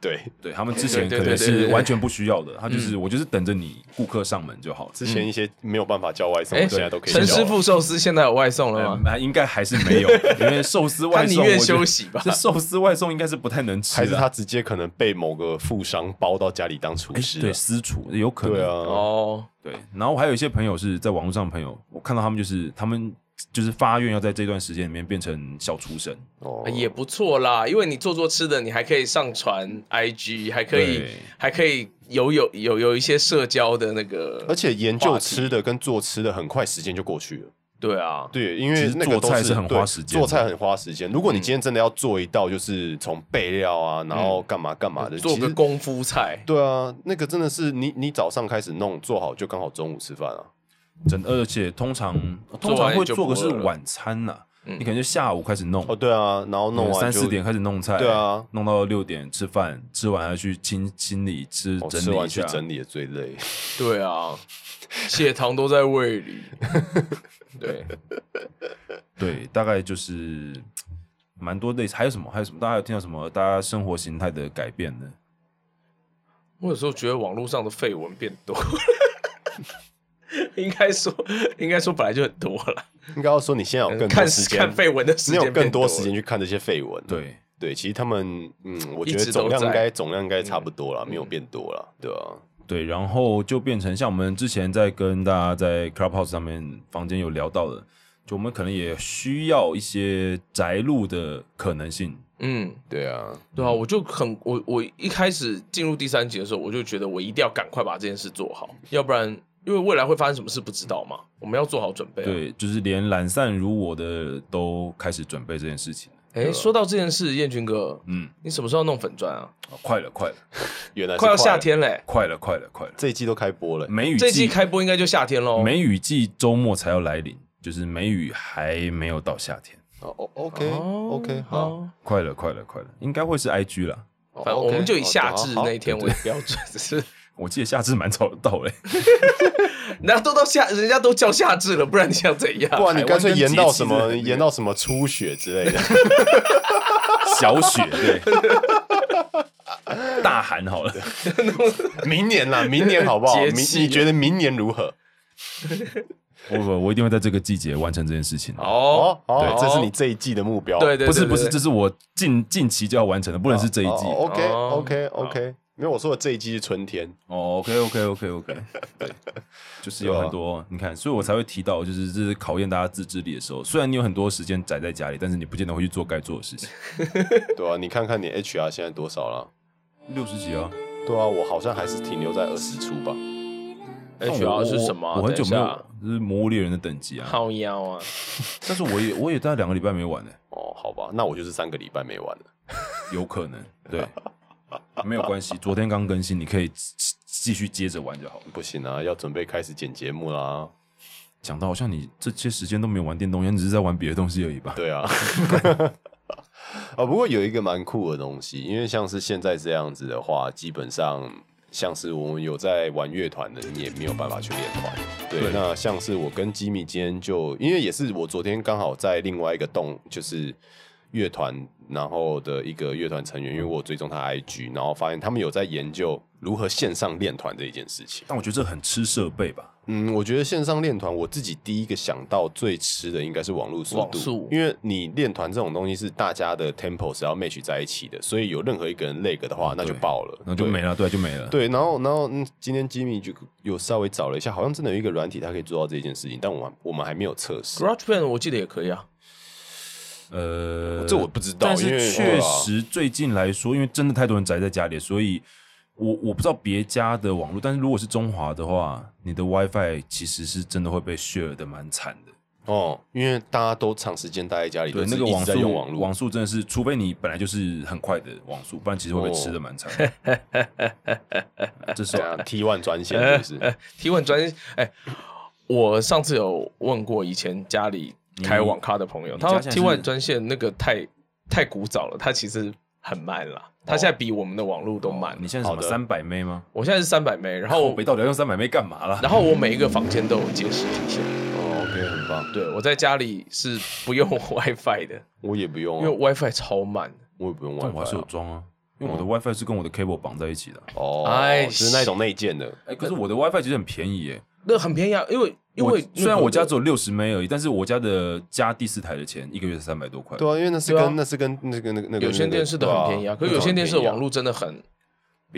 S1: 对，
S2: 对嗯他们之前
S3: 对对
S2: 可能
S3: 对对
S2: 是
S3: 对
S2: 完全不需要的，他就是我就是等着你顾客上门就好了。嗯
S1: 之前一些没有办法叫外送，
S3: 哎
S1: 的，现在都可以叫
S3: 陈
S1: 了。
S3: 师傅
S2: 啊
S3: 寿司现在有外送了吗？
S2: 嗯，应该还是没有，因为寿司
S3: 他
S2: 外送，
S3: 宁
S2: 我觉
S3: 愿
S2: 得
S3: 休息吧
S2: 这。寿司外送应该是不太能吃的，啊
S1: 还是他直接可能被某个富商包到家里当厨
S2: 哎
S1: 师了
S2: 对私厨有可能
S1: 对啊，
S3: 哦，
S2: 对，然后还有一些朋友是在网络上的朋友，我看到他们就是他们就是发愿要在这段时间里面变成小厨神，
S1: 哦
S3: 哎也不错啦，因为你做做吃的，你还可以上传 IG，还可以
S2: 对
S3: 还可以有有有有一些社交的那个，
S1: 而且研
S3: 话
S1: 究
S3: 题
S1: 吃的跟做吃的很快时间就过去了。
S3: 对啊，
S1: 对，因
S2: 其
S1: 为
S2: 实
S1: 那个
S2: 做
S1: 都
S2: 菜
S1: 是
S2: 是很
S1: 对
S2: 花时间
S1: 做
S2: 的
S1: 菜很花时间。如果你今天真的要做一道，就是从备料啊，然后干嘛干嘛
S2: 嗯
S1: 的，
S3: 做
S1: 其
S3: 个
S1: 实
S3: 功夫菜，
S1: 对啊，那个真的是你你早上开始弄，做好就刚好中午吃饭啊。
S2: 真的而且通常通
S1: 哦
S3: 做
S2: 常
S3: 完
S2: 会
S3: 就
S2: 做
S3: 不
S2: 个是
S3: 饿了
S2: 晚餐呐、
S3: 嗯
S2: 你可能就下午开始弄
S1: 哦，，对啊，然后弄完
S2: 嗯三
S1: 就
S2: 四点开始弄菜，
S1: 对啊，
S2: 弄到六点吃饭，吃完还去清清理吃
S1: 哦
S2: 整
S1: 吃
S2: 理
S1: 完
S2: 一
S1: 去
S2: 下，
S1: 整理也最累。
S3: 对啊，血糖都在胃里， 对，
S2: 对，大概就是蛮多类似，还有什么？还有什么？大家有听到什么？大家生活形态的改变呢？
S1: 嗯
S3: 我有时候觉得网络上的绯闻变多， 应该说应该说本来就很多了，
S1: 应该要说你现在有更多
S3: 看
S1: 时间，
S3: 看绯闻的时
S1: 你
S3: 间
S1: 有更
S3: 变
S1: 多
S3: 多
S1: 时间去看这些绯闻。
S2: 对，
S1: 对，其实他们嗯，我觉
S3: 一
S1: 得
S3: 直
S1: 总
S3: 都
S1: 量应
S3: 在嗯
S1: 该总量应该差不多了，没有变多了，对啊。
S2: 对，然后就变成像我们之前在跟大家在 Clubhouse 上面房间有聊到的，就我们可能也需要一些宅路的可能性。
S3: 嗯。
S1: 对啊，
S3: 对啊，我就很我我一开始进入第三集的时候，我就觉得我一定要赶快把这件事做好，要不然因为未来会发生什么事不知道嘛，我们要做好准备、啊。，
S2: 对，就是连懒散如我的都开始准备这件事情。
S3: 哎，说到这件事，燕军哥，
S2: 啊嗯，
S3: 你什么时候要弄粉砖啊？
S2: 啊快了，快了，
S1: 原来是
S3: 快要夏
S1: 了，
S3: 天嗯嘞，
S2: 快了，快了，快了！
S1: 这一季都开播了。
S2: 梅雨
S3: 这一季
S2: 季，
S3: 开播哦应该就夏天喽。
S2: 梅雨季周末才要来临，就是梅雨还没有到夏天。
S1: 哦哦，OK OK，
S3: 哦
S1: 好，，哦
S2: 快了，快了，快了，应该会是 IG 啦。
S1: 反
S3: 反正我们就以夏
S2: 啊
S3: 至那一天为标准，只是
S2: 我记得夏至蛮早的到 嘞、
S3: 那都到夏，人家都叫夏至了，不然你想怎样？
S1: 不然你干脆延到什
S2: 台湾
S1: 么
S2: 跟节气是
S1: 延到什么初雪之 类的，
S2: 小雪 对，大寒好了，
S1: 明年啦，明年好不 好？
S3: 节
S1: 明
S3: 气
S1: 你觉得明年如何？
S2: 我我我一定会在这个季节完成这件事情。
S3: 哦
S1: 哦，哦
S3: 对，
S1: 这是你这一季的目标。哦
S3: 对对，
S2: 不是不是，
S3: 对
S2: 这是我近近期就要完成的，不能是这一季。
S1: 哦
S2: 哦
S1: ，OK
S3: 哦
S1: OK OK，没有我说的这一季是春天，
S2: ，OK OK OK OK，对，就是有很
S3: 啊
S2: 多，你看，所以我才会提到，就是这是考验大家自制力的时候。虽然你有很多时间宅在家里，但是你不见得会去做该做的事情。
S1: 对啊，你看看你 HR 现在多少了？
S2: 六十几啊，
S1: 对啊，我好像还是停留在二十出吧。
S2: 我我
S3: HR 是什么啊？
S2: 我很久没有
S3: 等一下，
S2: 就是《魔物猎人》的等级啊。
S3: 靠腰啊。
S2: 但是我也我也大概两个礼拜没玩呢、
S1: 哦，好吧，那我就是三个礼拜没玩了。
S2: 有可能，对，没有关系。昨天刚更新，你可以继继续接着玩就好了。
S1: 不行啊，要准备开始剪节目啦。
S2: 讲到好像你这些时间都没有玩电动，你只是在玩别的东西而已吧？
S1: 对啊。 哦，不过有一个蛮酷的东西，因为像是现在这样子的话，基本上像是我们有在玩乐团的，你也没有办法去练团。对，
S2: 对
S1: 那像是我跟吉米今天就，因为也是我昨天刚好在另外一个动，就是乐团，然后的一个乐团成员，因为我有追踪他 IG，然后发现他们有在研究如何线上练团这一件事情。
S2: 但我觉得这很吃设备吧。
S1: 嗯，我觉得线上练团，我自己第一个想到最吃的应该是网络速
S3: 网
S1: 度，
S3: 速
S1: 因为你练团这种东西是大家的 tempo 是要 match 在一起的，所以有任何一个人 lag 的话，那就
S2: 对
S1: 爆了，
S2: 然后就
S1: 对
S2: 没了，对，啊就没了。，
S1: 对，然后然后嗯，今天吉米就有稍微找了一下，好像真的有一个软体，它可以做到这件事情，但我们我们还没有测试，
S3: Garage Band 我记得也可以啊，
S2: 呃，
S1: 这我不知道，
S2: 但
S1: 因为啊
S2: 是确，实最近来说，因为真的太多人宅在家里，所以我我不知道别家的网络，但是如果是中华的话，你的 WiFi 其实是真的会被 share 的蛮惨的。
S1: 哦，因为大家都长时间待在家里，
S2: 对，
S1: 都
S2: 那
S1: 是
S2: 个
S1: 一直
S2: 网
S1: 在用
S2: 速
S1: 网络，
S2: 网速真的是，除非你本来就是很快的网速，不然其实会被吃的蛮惨的。 这是
S1: 对啊，T one 专线
S2: 哎
S1: 是不是？
S3: 提问专心。哎、我上次有问过以前家里开网咖的朋友，
S2: 你
S3: 他说
S2: 家现在
S3: T
S2: 是
S3: One 专线那个太太古早了，它其实很慢啦，它现在比我们的网络都慢。
S2: 哦你现在是什
S1: 好
S2: 么
S1: 的
S2: 三百妹吗？
S3: 我现在是三百枚，然
S2: 我
S3: 后
S2: 北到底要用三百妹干嘛啦？
S3: 然后我每一个房间都有接时体线。
S2: 哎
S1: 哦，OK，很棒，
S3: 对我在家里是不 用 WiFi 的，
S1: 我也不用、
S2: 哦
S3: 因
S1: 啊，
S3: 为 WiFi 超慢。
S1: 我也不用
S2: 但我还是
S1: WiFi
S2: 有
S1: 啊、
S2: 装啊，因为我的 WiFi 是跟我的 cable 绑在一起的啊。
S1: 哦，
S3: 哎
S1: 就是那种内建的，
S2: 哎，可是我的 WiFi 其实很便宜耶，
S3: 那很便宜啊，因为因为
S2: 我虽然我家只
S3: 做
S2: 有六十枚而已，但是我家的加第四台的钱一个月是三百多块。
S1: 对啊，因为那是
S3: 对啊
S1: 跟、那是跟那个那个那个
S3: 有线电视的很便宜啊，可是有线电视的网络真的很
S2: 对，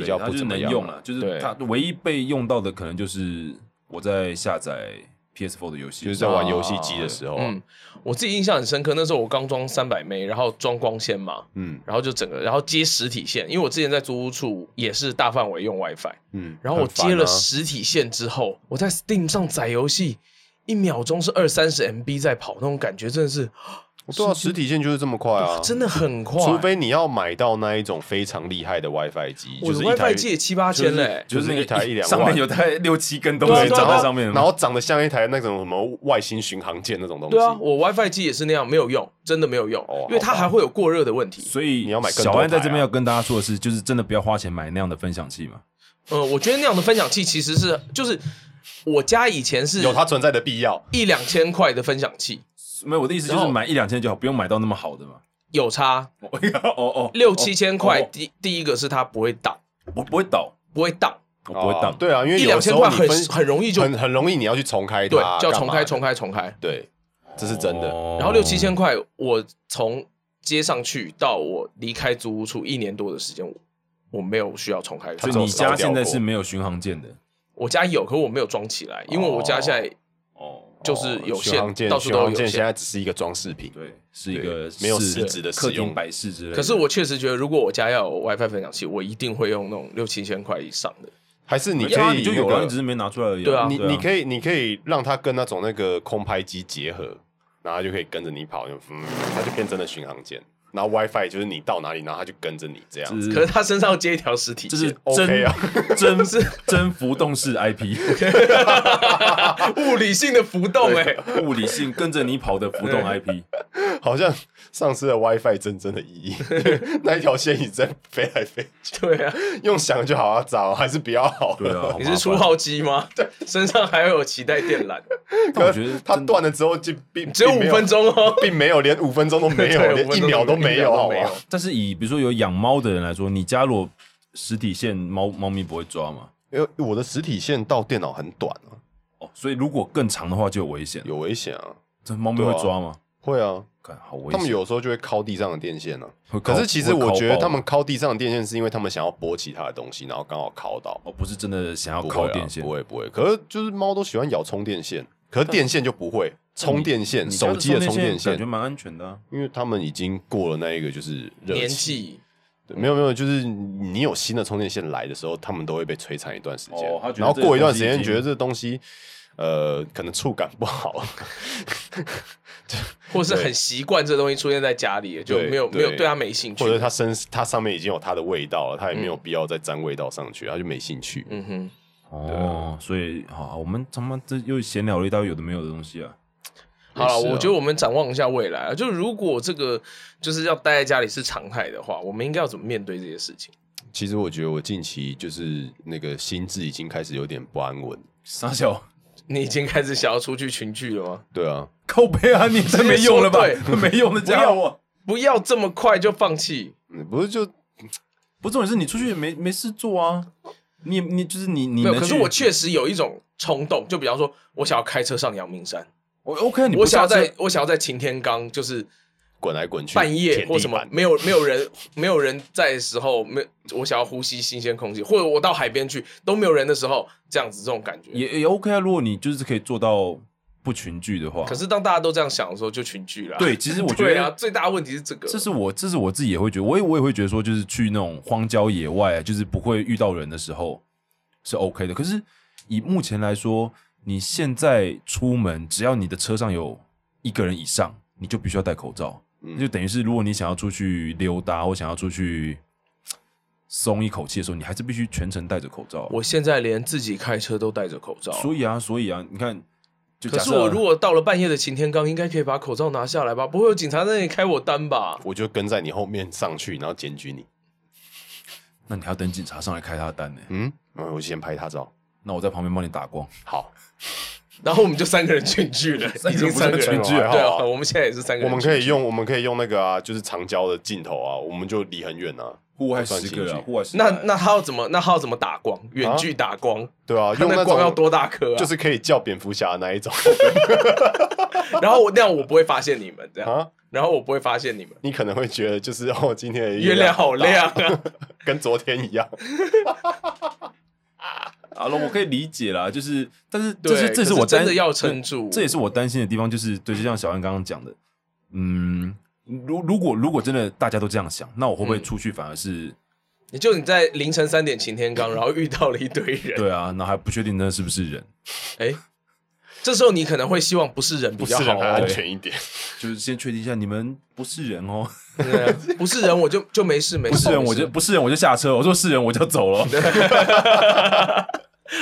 S1: 比较
S2: 它
S1: 不
S2: 就是
S1: 怎么
S2: 能
S1: 样
S2: 用
S1: 啊
S2: 了，就是
S3: 对
S2: 它唯一被用到的可能就是我在下载 PS4 的游戏，
S1: 就是在啊玩游戏机的时
S2: 哦
S1: 候、啊，
S3: 嗯，我自己印象很深刻。那时候我刚装三百枚，然后装光纤嘛，
S1: 嗯
S3: 然后就整个然后接实体线，因为我之前在租屋处也是大范围用 WiFi，
S1: 嗯，
S3: 然后我
S1: 很烦
S3: 接了
S1: 啊
S3: 实体线之后，我在 Steam 上载游戏，一秒钟是二三十 MB 在跑，那种感觉真的是
S1: 对啊，实体线就是这么快啊，
S3: 真的很快，
S1: 除非你要买到那一种非常厉害的 WiFi 机，
S3: 我
S1: 就
S3: 的
S1: 是一台
S3: WiFi 借七八千嘞、
S2: 就是那
S1: 就是一
S2: 个
S1: 台一两万
S2: 上面有大概六七根东
S3: 对啊
S2: 西
S3: 对啊
S2: 长
S1: 长
S2: 在
S1: 得
S2: 上面，
S1: 然后长得像一台那种什么外星巡航舰那种东西。
S3: 对啊，我 WiFi 机也是那样，没有用，真的没有用，
S1: 哦
S3: 因为它还会有过热的问 题。
S2: 所以
S1: 你要买更多
S2: 小安在
S1: 台啊
S2: 这边要跟大家说的是，就是真的不要花钱买那样的分享器嘛。
S3: 呃，我觉得那样的分享器其实是就是我家以前是
S1: 有它存在的必要。
S3: 一两千块的分享器，
S2: 没有，我的意思就
S3: 然
S2: 是
S3: 后
S2: 买一两千就好，不用买到那么好 的嘛。
S3: 有差
S2: 哦哦，
S3: 六七千块。
S2: 哦
S3: 第第一个是它不会挡，
S2: 我不会倒，
S3: 不会挡，
S2: 我不会
S1: 啊
S2: 倒。
S1: 对啊，因为
S3: 一
S1: 有
S3: 两
S1: 时
S3: 千
S1: 候
S3: 块
S1: 你
S3: 很
S1: 分
S3: 很容易就
S1: 很很容易，你要去重开
S3: 对
S1: 它，，
S3: 叫
S1: 干
S3: 重
S1: 嘛
S3: 开
S1: 的
S3: 重。开重开。
S1: 对，这是真的。
S2: 哦
S3: 然后六七千块，我从接上去到我离开租屋处一年多的时间，我我没有需要重开它。
S2: 所
S1: 这
S2: 以你
S1: 种
S2: 家
S1: 烧掉
S2: 现在
S1: 过
S2: 是没有巡航键的
S3: 我家有，可我没有装起来，因为我家现在
S2: 哦，
S3: 就是有
S1: 巡航
S3: 线，
S1: 舰，
S3: 到处
S1: 巡
S3: 都有
S1: 航
S3: 线
S1: 舰现在只是一个装饰品。
S2: 对，是一个
S1: 对没有
S2: 是
S1: 实质的使
S2: 客厅
S1: 用
S2: 摆饰之类的。
S3: 可是我确实觉得，如果我家要有 WiFi 分享器，我一定会用那种六七千块以上的。
S1: 还是你
S2: 你
S1: 可以
S2: 啊你就
S1: 那
S2: 有
S1: 个
S2: 了，你只是没拿出来而已。
S3: 对啊
S1: 你你
S2: 以
S1: 可以你可以让它跟那种那个空拍机结合，然后它就可以跟着你跑，就嗯，它就变真的巡航舰。然后 WiFi 就是你到哪里，然后它就跟着你这样子。
S3: 可是他身上接一条实体
S2: 啊这
S3: 线，
S2: 是
S1: OK
S2: 真
S1: 啊
S2: 真是真浮动式 IP，
S3: 物理性的浮动哎、
S1: 啊
S2: 物理性跟着你跑的浮动 IP。
S1: 好像丧失了 WiFi 真正的意义， 那一条线一直在飞来飞去，
S3: 对啊，
S1: 用想就好啊，找还是比较好
S2: 对
S1: 了。
S2: 啊，好
S3: 你
S2: 麻
S3: 是初
S2: 烦，
S3: 号机吗？身上还有脐带电缆，
S2: 但
S1: 可
S2: 我觉得
S1: 是它
S2: 真的
S1: 断了之后就并
S3: 只有五分，钟哦。
S1: 并没有并没有连五分钟都没有
S3: 对，
S1: 连
S3: 五分
S1: 一
S3: 钟
S1: 秒都
S3: 没
S1: 没
S3: 有
S1: 有，好
S3: 一秒都没有
S1: 吧？
S2: 但是以比如说有养猫的人来说，你家如果实体线猫猫咪不会抓嘛？
S1: 因为我的实体线到电脑很短啊，
S2: 哦，所以如果更长的话就有危险。
S1: 有危险啊，
S2: 这猫咪会抓吗？
S1: 会啊，
S2: 看好危险。
S1: 他们有时候就会敲地上的电线呢、啊。
S2: 会靠，
S1: 可是其实
S2: 会靠
S1: 我觉得
S2: 爆啊
S1: 他们敲地上的电线是因为他们想要拨其他的东西，然后刚好敲到。
S2: 哦不是真的想要
S1: 不
S2: 靠
S1: 会啊
S2: 电线
S1: 不，会不会。可是就是猫都喜欢咬充电线，可是电线就不会，充电线、
S2: 你家
S1: 手机的充电
S2: 电
S1: 线
S2: 感觉，蛮安全的啊。
S1: 因为他们已经过了那一个就是热
S3: 年
S1: 期，
S3: 纪
S1: 对没有没有，就是你有新的充电线来的时候，他们都会被摧残一段时间
S2: 哦他，觉得
S1: 然后
S2: 这个
S1: 过一段时
S2: 东西已
S1: 间
S2: 经
S1: 觉得这东西。呃，可能触感不 好，
S3: 或是很习惯这东西出现在家里，就没有
S1: 对
S3: 没有对他没兴趣，
S1: 或者它身它上面已经有它的味道了，它也没
S2: 嗯
S1: 有必要再沾味道上去，它就没兴趣。
S3: 嗯哼，
S2: 哦，所以好，我们他妈这又闲聊了一大堆有的没有的东西啊。
S3: 好了，
S1: 也是啊
S3: 我觉得我们展望一下未来啊，就如果这个就是要待在家里是常态的话，我们应该要怎么面对这些事情？
S1: 其实我觉得我近期就是那个心智已经开始有点不安稳。
S2: 傻小
S3: 你已经开始想要出去群聚了吗？
S1: 对啊，
S2: 靠背啊，你这没用了吧？没用的家伙，
S3: 不要这么快就放弃。
S1: 你不是就
S2: 不，重点是你出去也没没事做啊。你你就是你你
S3: 没有，
S2: 能
S3: 可是
S2: 去
S3: 我确实有一种冲动，就比方说，我想要开车上阳明山，
S2: 我 OK，你不啊
S3: 我想要
S2: 下车
S3: 在我想要在擎天岗，就是
S1: 滚来滚去，
S3: 半夜
S1: 舔
S3: 或
S1: 地
S3: 什么
S1: 板
S3: 没有没有人没有人在的时候，没有我想要呼吸新鲜空气，或者我到海边去都没有人的时候，这样子这种感觉。
S2: 也也 OK 啊。如果你就是可以做到不群聚的话，
S3: 可是当大家都这样想的时候，就群聚了。
S2: 对，，其实我觉
S3: 对啊，
S2: 得
S3: 最大的问题是这个。
S2: 这是我这是我自己也会觉得，我也我也会觉得说，就是去那种荒郊野外，啊就是不会遇到人的时候是 OK 的。可是以目前来说，你现在出门，只要你的车上有一个人以上，你就必须要戴口罩。
S1: 嗯
S2: 那就等于是，如果你想要出去溜达或想要出去松一口气的时候，你还是必须全程戴着口罩啊。
S3: 我现在连自己开车都戴着口罩。
S2: 所以啊，所以啊，你看，就
S3: 可
S2: 假
S3: 是
S2: 设啊
S3: 我如果到了半夜的擎天岗，应该可以把口罩拿下来吧？不会有警察在那里开我单吧？
S1: 我就跟在你后面上去，然后检举你。
S2: 那你还要等警察上来开他的单呢、
S1: 嗯，嗯我先拍他照。
S2: 那我在旁边帮你打光。
S1: 好，
S3: 然后我们就三个人群聚了，已经三个人
S1: 群聚了
S3: 对
S1: 还好
S3: 啊，
S1: 啊
S3: 我们现在也是三个
S1: 我
S3: 人。
S1: 们可以。用我们可以用那个啊，就是长焦的镜头啊，我们就离很远啊，
S2: 户外
S1: 算
S2: 十
S1: 进
S2: 个啊，
S1: 去
S2: 户外十个
S3: 那
S2: 啊
S3: 那他要怎么？那他要怎么打光？远距打光，
S1: 对啊，
S3: 他
S1: 用
S3: 那
S1: 种
S3: 光要多大颗啊？
S1: 就是可以叫蝙蝠侠那一种
S3: 然后我那样我不会发现你们这样，
S1: 啊，
S3: 然后我不会发现你们。
S1: 你可能会觉得就是哦，今天的
S3: 月亮好
S1: 大，
S3: 亮啊！
S1: 跟昨天一样。
S2: 好了，我可以理解啦，就是，但是
S3: 对
S2: 这是这
S3: 可是
S2: 我担
S3: 真的要撑住
S2: 这也是我担心的地方，就是对，就像小安刚刚讲的，嗯，如如果如果真的大家都这样想，那我会不会
S3: 嗯
S2: 出去反而是、
S3: 你就你在凌晨三点晴天岗，然后遇到了一堆人，
S2: 对啊，然后还不确定那是不是人，
S3: 哎，这时候你可能会希 望不是人比
S1: 不
S3: 较
S1: 是人
S3: 好
S1: 还
S3: 哦
S2: 啊
S1: 安，全一点，
S2: 就是先确定一下你们不是人哦，
S3: 对啊不是人我就就没事没事，
S2: 不是人我
S3: 没事
S2: 就不是人我就下车，我说是人我就走 了，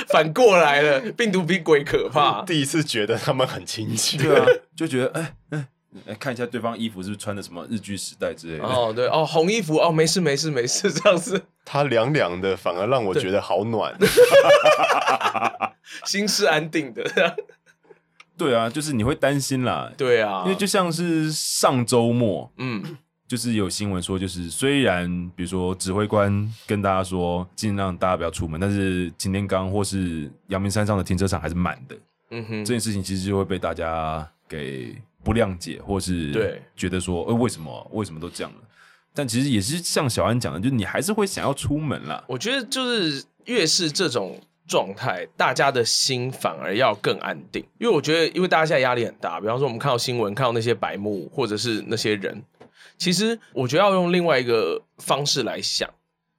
S3: 反过来了，病毒比鬼可怕。
S1: 第一次觉得他们很亲近。
S2: 对啊， 就觉得哎哎、哎看一下对方衣服是不是穿的什么日剧时代之类的，
S3: 哦，对哦，红衣服哦，没事没事没事，这样子
S1: 它凉凉的，反而让我觉得好 暖。
S3: 心是安定的。这样
S2: 对啊，就是你会担心啦，
S3: 对啊，
S2: 因为就像是上周末。
S3: 嗯，
S2: 就是有新闻说，就是虽然比如说指挥官跟大家说尽量大家不要出门，但是擎天岗或是阳明山上的停车场还是满的。
S3: 嗯
S2: 这
S3: 哼，
S2: 件事情其实就会被大家给不谅解，或是
S3: 对
S2: 觉得说，呃，为什么为什么都这样了？但其实也是像小安讲的，就是你还是会想要出门啦。
S3: 我觉得就是越是这种状态，大家的心反而要更安定，因为我觉得，因为大家现在压力很大，比方说我们看到新闻，看到那些白目或者是那些人，其实我觉得要用另外一个方式来想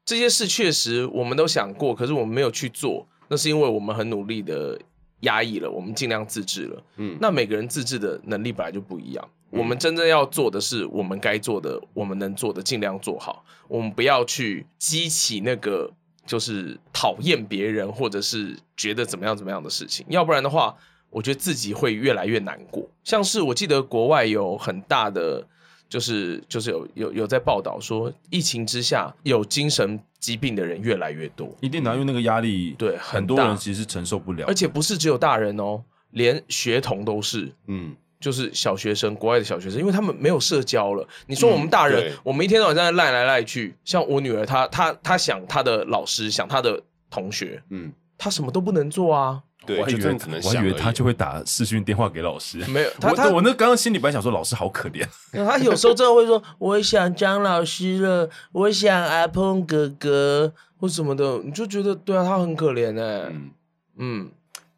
S3: 这些事，确实我们都想过，可是我们没有去做，那是因为我们很努力的压抑了，我们尽量自制了。
S1: 嗯，
S3: 那每个人自制的能力本来就不一样。
S1: 嗯
S3: 我们真正要做的是，我们该做的，我们能做的尽量做好。我们不要去激起那个就是讨厌别人，或者是觉得怎么样怎么样的事情。要不然的话，我觉得自己会越来越难过。像是我记得国外有很大的，就是就是有有有在报道说，疫情之下有精神疾病的人越来越多。
S2: 一定啊拿因为那个压力，
S3: 对
S2: 很
S3: 很
S2: 多
S3: 大
S2: 人其实是承受不了的。
S3: 而且不是只有大人哦，连学童都是。
S1: 嗯，
S3: 就是小学生，国外的小学生，因为他们没有社交了。你说我
S2: 嗯
S3: 们大人，
S1: 对
S3: 我们一天到晚在那赖来赖去，像我女儿，她她她想她的老师，想她的同学，
S1: 嗯，
S3: 她什么都不能做啊，
S1: 对，
S2: 我还以
S1: 就真
S2: 为
S1: 的只能
S2: 我还
S1: 想
S2: 以
S1: 而已。
S2: 为他就会打视讯电话给老 师。
S3: 没有她
S2: 我
S3: 她
S2: 我那刚刚心里本来想说，老师好可怜。
S3: 她有时候真的会说，我想张老师了，我想阿碰哥哥或什么的，你就觉得对啊，她很可怜哎、
S1: 嗯
S3: 嗯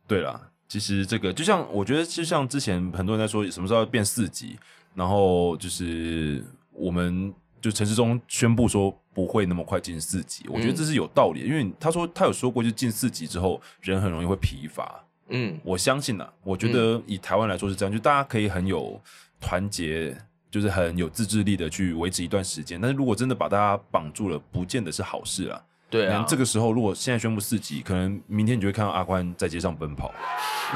S2: 对啦，其实这个就像我觉得，就像之前很多人在说什么时候要变四级，然后就是我们就陈世忠宣布说不会那么快进四级，我觉得
S3: 嗯
S2: 这是有道理的，因为他说他有说过，就进四级之后人很容易会疲乏，
S3: 嗯，
S2: 我相信啊，我觉得以台湾来说是这样，就大家可以很有团结。就是很有自制力的去维持一段时间，但是如果真的把大家绑住了，不见得是好事啦。
S3: 对啊，
S2: 这个时候如果现在宣布四级，可能明天你就会看到阿宽在街上奔跑。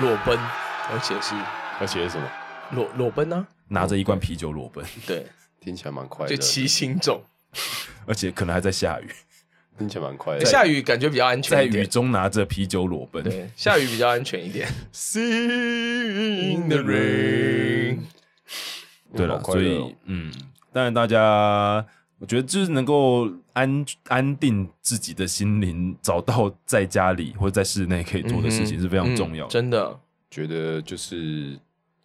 S3: 裸奔，而且是
S1: 而且是什么？
S3: 裸裸奔啊，
S2: 拿着一罐啤酒裸奔，
S3: 对，
S1: 听起来蛮快乐
S3: 就
S1: 的，
S3: 骑行种，
S2: 而且可能还在下雨，
S1: 听起来蛮快乐的。
S3: 下雨感觉比较安
S2: 在
S3: 全一
S2: 雨
S3: 点，
S2: 中拿着啤酒裸奔。
S3: 对， 下雨比较安全一 点。
S1: See in the rain。
S2: 对了，
S1: 好快
S2: 所
S1: 乐哦
S2: 以嗯，当然大家。我觉得就是能够安安定自己的心灵，找到在家里或者在室内可以嗯做的事情是非常重要
S3: 嗯
S2: 的。
S3: 真的，
S1: 觉得就是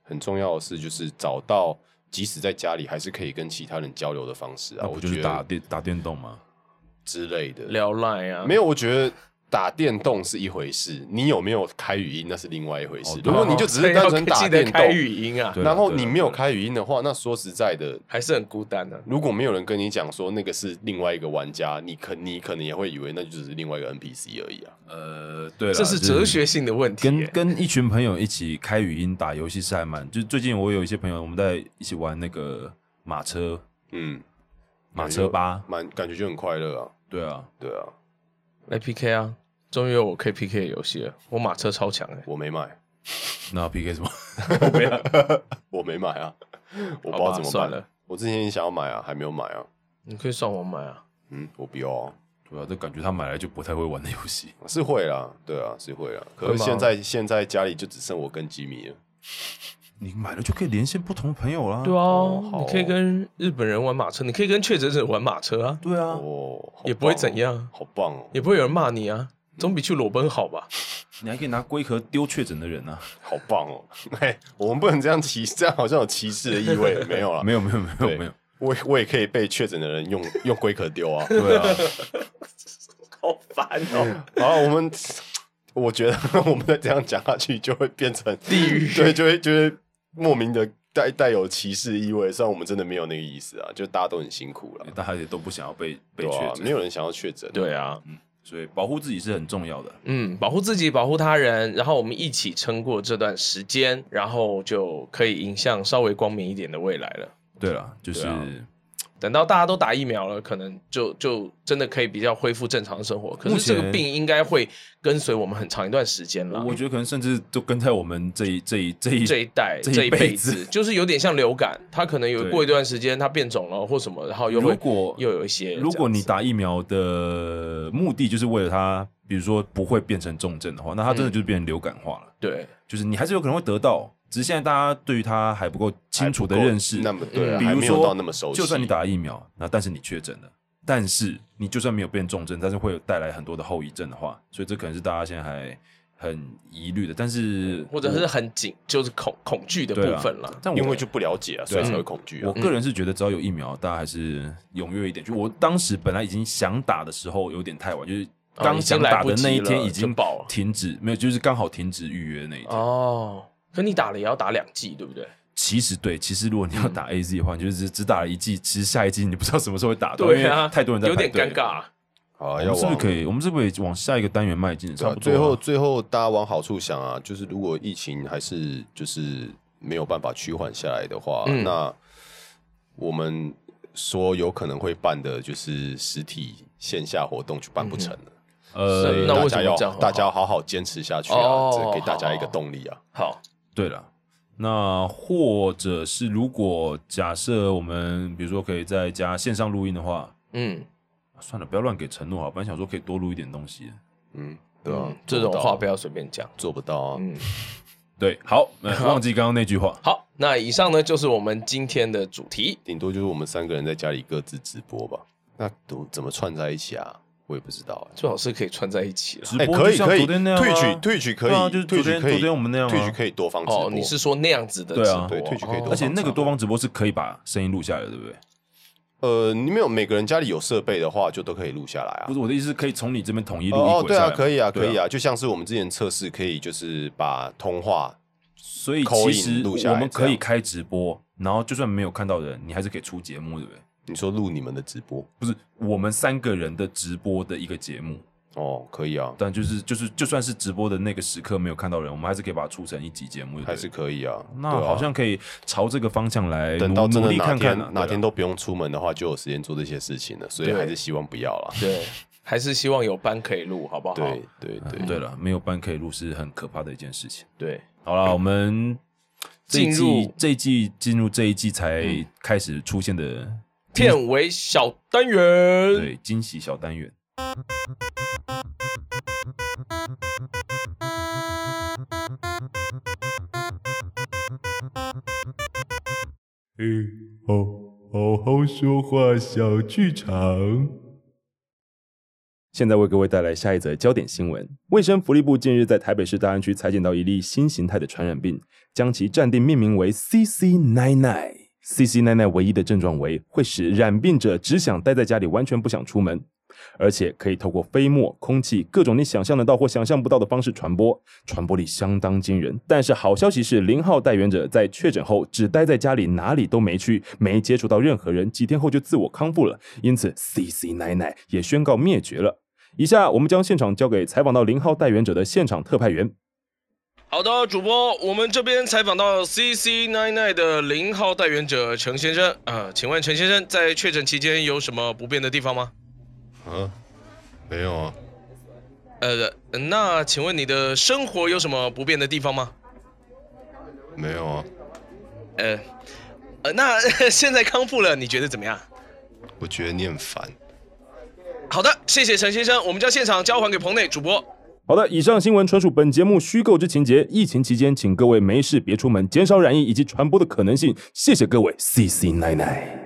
S1: 很重要的事，就是找到即使在家里还是可以跟其他人交流的方式啊。
S2: 那不
S1: 我
S2: 就是
S1: 觉
S2: 打
S1: 得
S2: 电打电动吗？
S1: 之类的，
S3: 聊赖啊，
S1: 没有，我觉得。打电动是一回事，你有没有开语音那是另外一回事
S2: 哦。
S1: 如
S2: 对
S1: 果你就只是单纯
S3: 哦
S1: 打
S3: 记得
S1: 电
S3: 开
S1: 动，
S3: 语音啊，
S2: 对啊
S1: 然后
S2: 对啊
S1: 你没有开语音的话，那说实在的，
S3: 还是很孤单的、啊。
S1: 如果没有人跟你讲说那个是另外一个玩家，你可你可能也会以为那就只是另外一个 NPC 而已啊。
S2: 呃，对了，
S3: 这是
S2: 就
S3: 哲学性的问题
S2: 跟
S3: 耶。
S2: 跟一群朋友一起开语音打游戏是还蛮，就是最近我有一些朋友，我们在一起玩那个马车
S1: 嗯，
S2: 马车吧，
S1: 蛮感觉就很快乐啊。
S2: 对啊，
S1: 对啊，
S3: 来 PK 啊，终于有我可以 PK 的游戏了。我马车超强哎、
S1: 我没买，
S2: 那 PK 什么？
S1: 我没买啊，我不知
S3: 好
S1: 道
S3: 吧
S1: 怎么
S3: 算
S1: 办
S3: 了。
S1: 我之前也想要买啊，还没有买啊。
S3: 你可以上网买啊。
S1: 嗯，我不要、啊，
S2: 对啊，这感觉他买来就不太会玩的游戏。
S1: 是会啦，对啊，是会啦。可
S3: 会
S1: 是
S3: 吗
S1: 现在现在家里就只剩我跟吉米了。
S2: 你买了就可以连线不同朋友啦。
S3: 对啊，
S1: 哦好哦
S3: 你可以跟日本人玩马车，你可以跟确诊者玩马车啊，
S2: 对啊，
S1: 哦，好棒哦
S3: 也不会怎样
S1: 好棒哦，
S3: 也不会有人骂你啊，总比去裸奔 好吧？
S2: 你还可以拿龟壳丢确诊的人啊。
S1: 好棒哦。 哎，我们不能这样歧，这样好像有歧视的意味，没有啦，
S2: 没有没有没
S1: 啊对啊
S2: 有没有，
S1: 我我也可以被确诊的人用 用龟壳丢啊。
S2: 对啊，
S3: 好烦哦！
S1: 好了，我们 我觉得我们再这样讲下去，就会变成地狱，对，就会就会莫名的带带有歧视意味。虽然我们真的没有那个意思啊，就大家都很辛苦了，
S2: 大家也都不想要被被
S1: 对
S2: 确
S1: 啊，
S2: 诊，
S1: 没有人想要确诊，
S3: 对啊，
S2: 所以保护自己是很重要的。
S3: 嗯，保护自己，保护他人，然后我们一起撑过这段时间，然后就可以迎向稍微光明一点的未来了。
S2: 对了，就是
S1: 对啊
S3: 等到大家都打疫苗了，可能就就真的可以比较恢复正常生活。可
S2: 目
S3: 是这
S2: 前
S3: 个病应该会跟随我们很长一段时间了。
S2: 我觉得可能甚至就跟在我们这一这一这一
S3: 这一代
S2: 这一
S3: 这一辈
S2: 辈子
S3: 子，就是有点像流感，它可能有
S2: 对
S3: 过一段时间它变种了或什么，然后又会
S2: 如果
S3: 又有一些这样子。
S2: 如果你打疫苗的目的就是为了它，比如说不会变成重症的话，那它真的就是变成流感化了，
S3: 对
S2: 就是你还是有可能会得到，只是现在大家对于它还不够清楚的认识。
S1: 那么对啊，
S3: 嗯
S2: 比
S1: 还
S2: 如
S1: 没有
S2: 说
S1: 到那么熟悉。
S2: 就算你打了疫苗，那但是你确诊了，但是你就算没有变重症，但是会有带来很多的后遗症的话，所以这可能是大家现在还很疑虑的。但是
S3: 嗯或者是很紧，就是恐恐惧的部
S2: 对啊
S3: 分了。
S2: 但我
S1: 因为就不了解啊，所以才会恐惧啊
S2: 我。
S3: 嗯
S2: 个人是觉得，只要有疫苗，大家还是踊跃一点。就我当时本来已经想打的时候，有点太晚，就是
S3: 哦
S2: 刚
S3: 已经
S2: 想
S3: 来
S2: 打
S3: 不
S2: 的
S3: 及
S2: 那一
S3: 了
S2: 天已
S3: 就
S2: 经
S3: 爆了
S2: 停止，没有，就是刚好停止预约那一天。
S3: 哦，可你打了也要打两剂，对不对？
S2: 其实对，其实如果你
S3: 嗯
S2: 要打 A Z 的话，你就是只只打了一剂，其实下一剂你不知道什么时候会打到，因
S3: 啊，
S2: 为太多人在
S3: 有
S2: 排
S3: 点
S2: 队
S3: 尴尬。啊。
S1: 好啊，
S2: 我
S1: 要
S2: 们是不是
S1: 往
S2: 可以？我们是不是可以往下一个单元迈进？差
S1: 对啊
S2: 不多、
S1: 最后，最后大家往好处想啊，就是如果疫情还是就是没有办法趋缓下来的话，
S3: 嗯
S1: 那我们说有可能会办的就是实体线下活动就办不成了，所
S2: 呃
S1: 以，
S3: 那
S1: 大
S3: 为什
S1: 家
S3: 么
S1: 要
S3: 这样好
S1: 大家要好好坚持下去啊，
S3: 哦
S1: 这给大家一个动力啊。
S3: 好，
S2: 对了，那或者是如果假设我们比如说可以在家线上录音的话，啊
S3: 嗯，
S2: 算了，不要乱给承诺啊！本来想说可以多录一点东西。
S1: 嗯，对啊
S3: 嗯，这种话不要随便讲。
S1: 做不到啊。
S3: 嗯，
S2: 对， 好，呃、忘记刚刚那句话。
S3: 好，那以上呢就是我们今天的主题。
S1: 顶多就是我们三个人在家里各自直播吧。那都怎么串在一起啊？我也不知道啊、
S3: 最好是可以串在一起了。
S2: 直
S1: 哎、
S2: 播
S1: 可
S2: 就
S1: 以
S2: 像
S1: 可以，
S2: 昨天那样、啊，
S1: 退取退取可以，
S2: 对啊就是昨
S1: 退
S2: 天
S1: 取可以
S2: 昨天我们那样啊
S1: 退取可以多方直播。
S3: 哦，你是说那样子的
S2: 对
S3: 直播
S2: 啊
S3: 啊？
S1: 对退去可以多
S2: 而且那个多
S3: 方
S2: 方直播是可以把声音录下来的，对不对？
S1: 呃，你没有每个人家里有设备的话，就都可以录下来啊
S2: 不。是我的意思，是可以从你这边统一录
S1: 哦
S2: 一
S1: 哦，
S2: 轨
S1: 对
S2: 下
S1: 啊，
S2: 来嘛
S1: 可以啊，可
S2: 对
S1: 以啊，就像是我们之前测试，可以就是把通话，
S2: 所以
S1: call
S2: 其
S1: in
S2: 实
S1: 录下来
S2: 我们
S1: 这
S2: 可
S1: 样
S2: 以开直播，然后就算没有看到人，你还是可以出节目，对不对？
S1: 你说录你们的直播，
S2: 不是我们三个人的直播的一个节目，
S1: 哦，可以啊，
S2: 但就是就是就算是直播的那个时刻没有看到人，我们还是可以把它出成一集节目，对不对
S1: 还是可以啊。
S2: 那
S1: 对啊
S2: 好像可以朝这个方向来
S1: 等到
S2: 努
S1: 真
S2: 努
S1: 的
S2: 力
S1: 哪
S2: 看
S1: 天
S2: 看啊
S1: 哪
S2: 对啊
S1: 天都不用出门的话，就有时间做这些事情了，所以
S3: 对
S1: 还是希望不要啦。
S3: 对，还是希望有班可以录，好不好？
S1: 对对对，
S2: 对了，没有班可以录是很可怕的一件事情。
S3: 对，
S2: 好啦，我们这一
S3: 进
S2: 季
S3: 入
S2: 这一季进入这一季才
S1: 嗯
S2: 开始出现的
S3: 片尾小单元，
S2: 对惊喜小单元。
S4: 一哦
S1: 嗯好好说话小剧场。
S2: 现在为各位带来下一则焦点新闻：卫生福利部近日在台北市大安区裁剪到一例新形态的传染病，将其暂定命名为 CC 奶奶。CC 奶奶唯一的症状为会使染病者只想待在家里，完全不想出门，而且可以透过飞沫、空气各种你想象得到或想象不到的方式传播，传播力相当惊人。但是好消息是，零号带源者在确诊后只待在家里，哪里都没去，没接触到任何人，几天后就自我康复了。因此，CC 奶奶也宣告灭绝了。以下我们将现场交给采访到零号代言者的现场特派员。
S3: 好的，主播，我们这边采访到 CC Nine Nine 的零号代言者陈先生。呃，请问陈先生在确诊期间有什么不便的地方吗？
S1: 啊，没有啊，
S3: 呃，那请问你的生活有什么不便的地方吗？
S1: 没有啊，
S3: 呃，呃，那 现在康复了，你觉得怎么样？
S1: 我觉得你很烦。
S3: 好的，谢谢陈先生，我们将现场交还给棚内主播。
S2: 好的，以上新闻纯属本节目虚构之情节。疫情期间，请各位没事别出门，减少染疫以及传播的可能性。谢谢各位，C C 奶奶。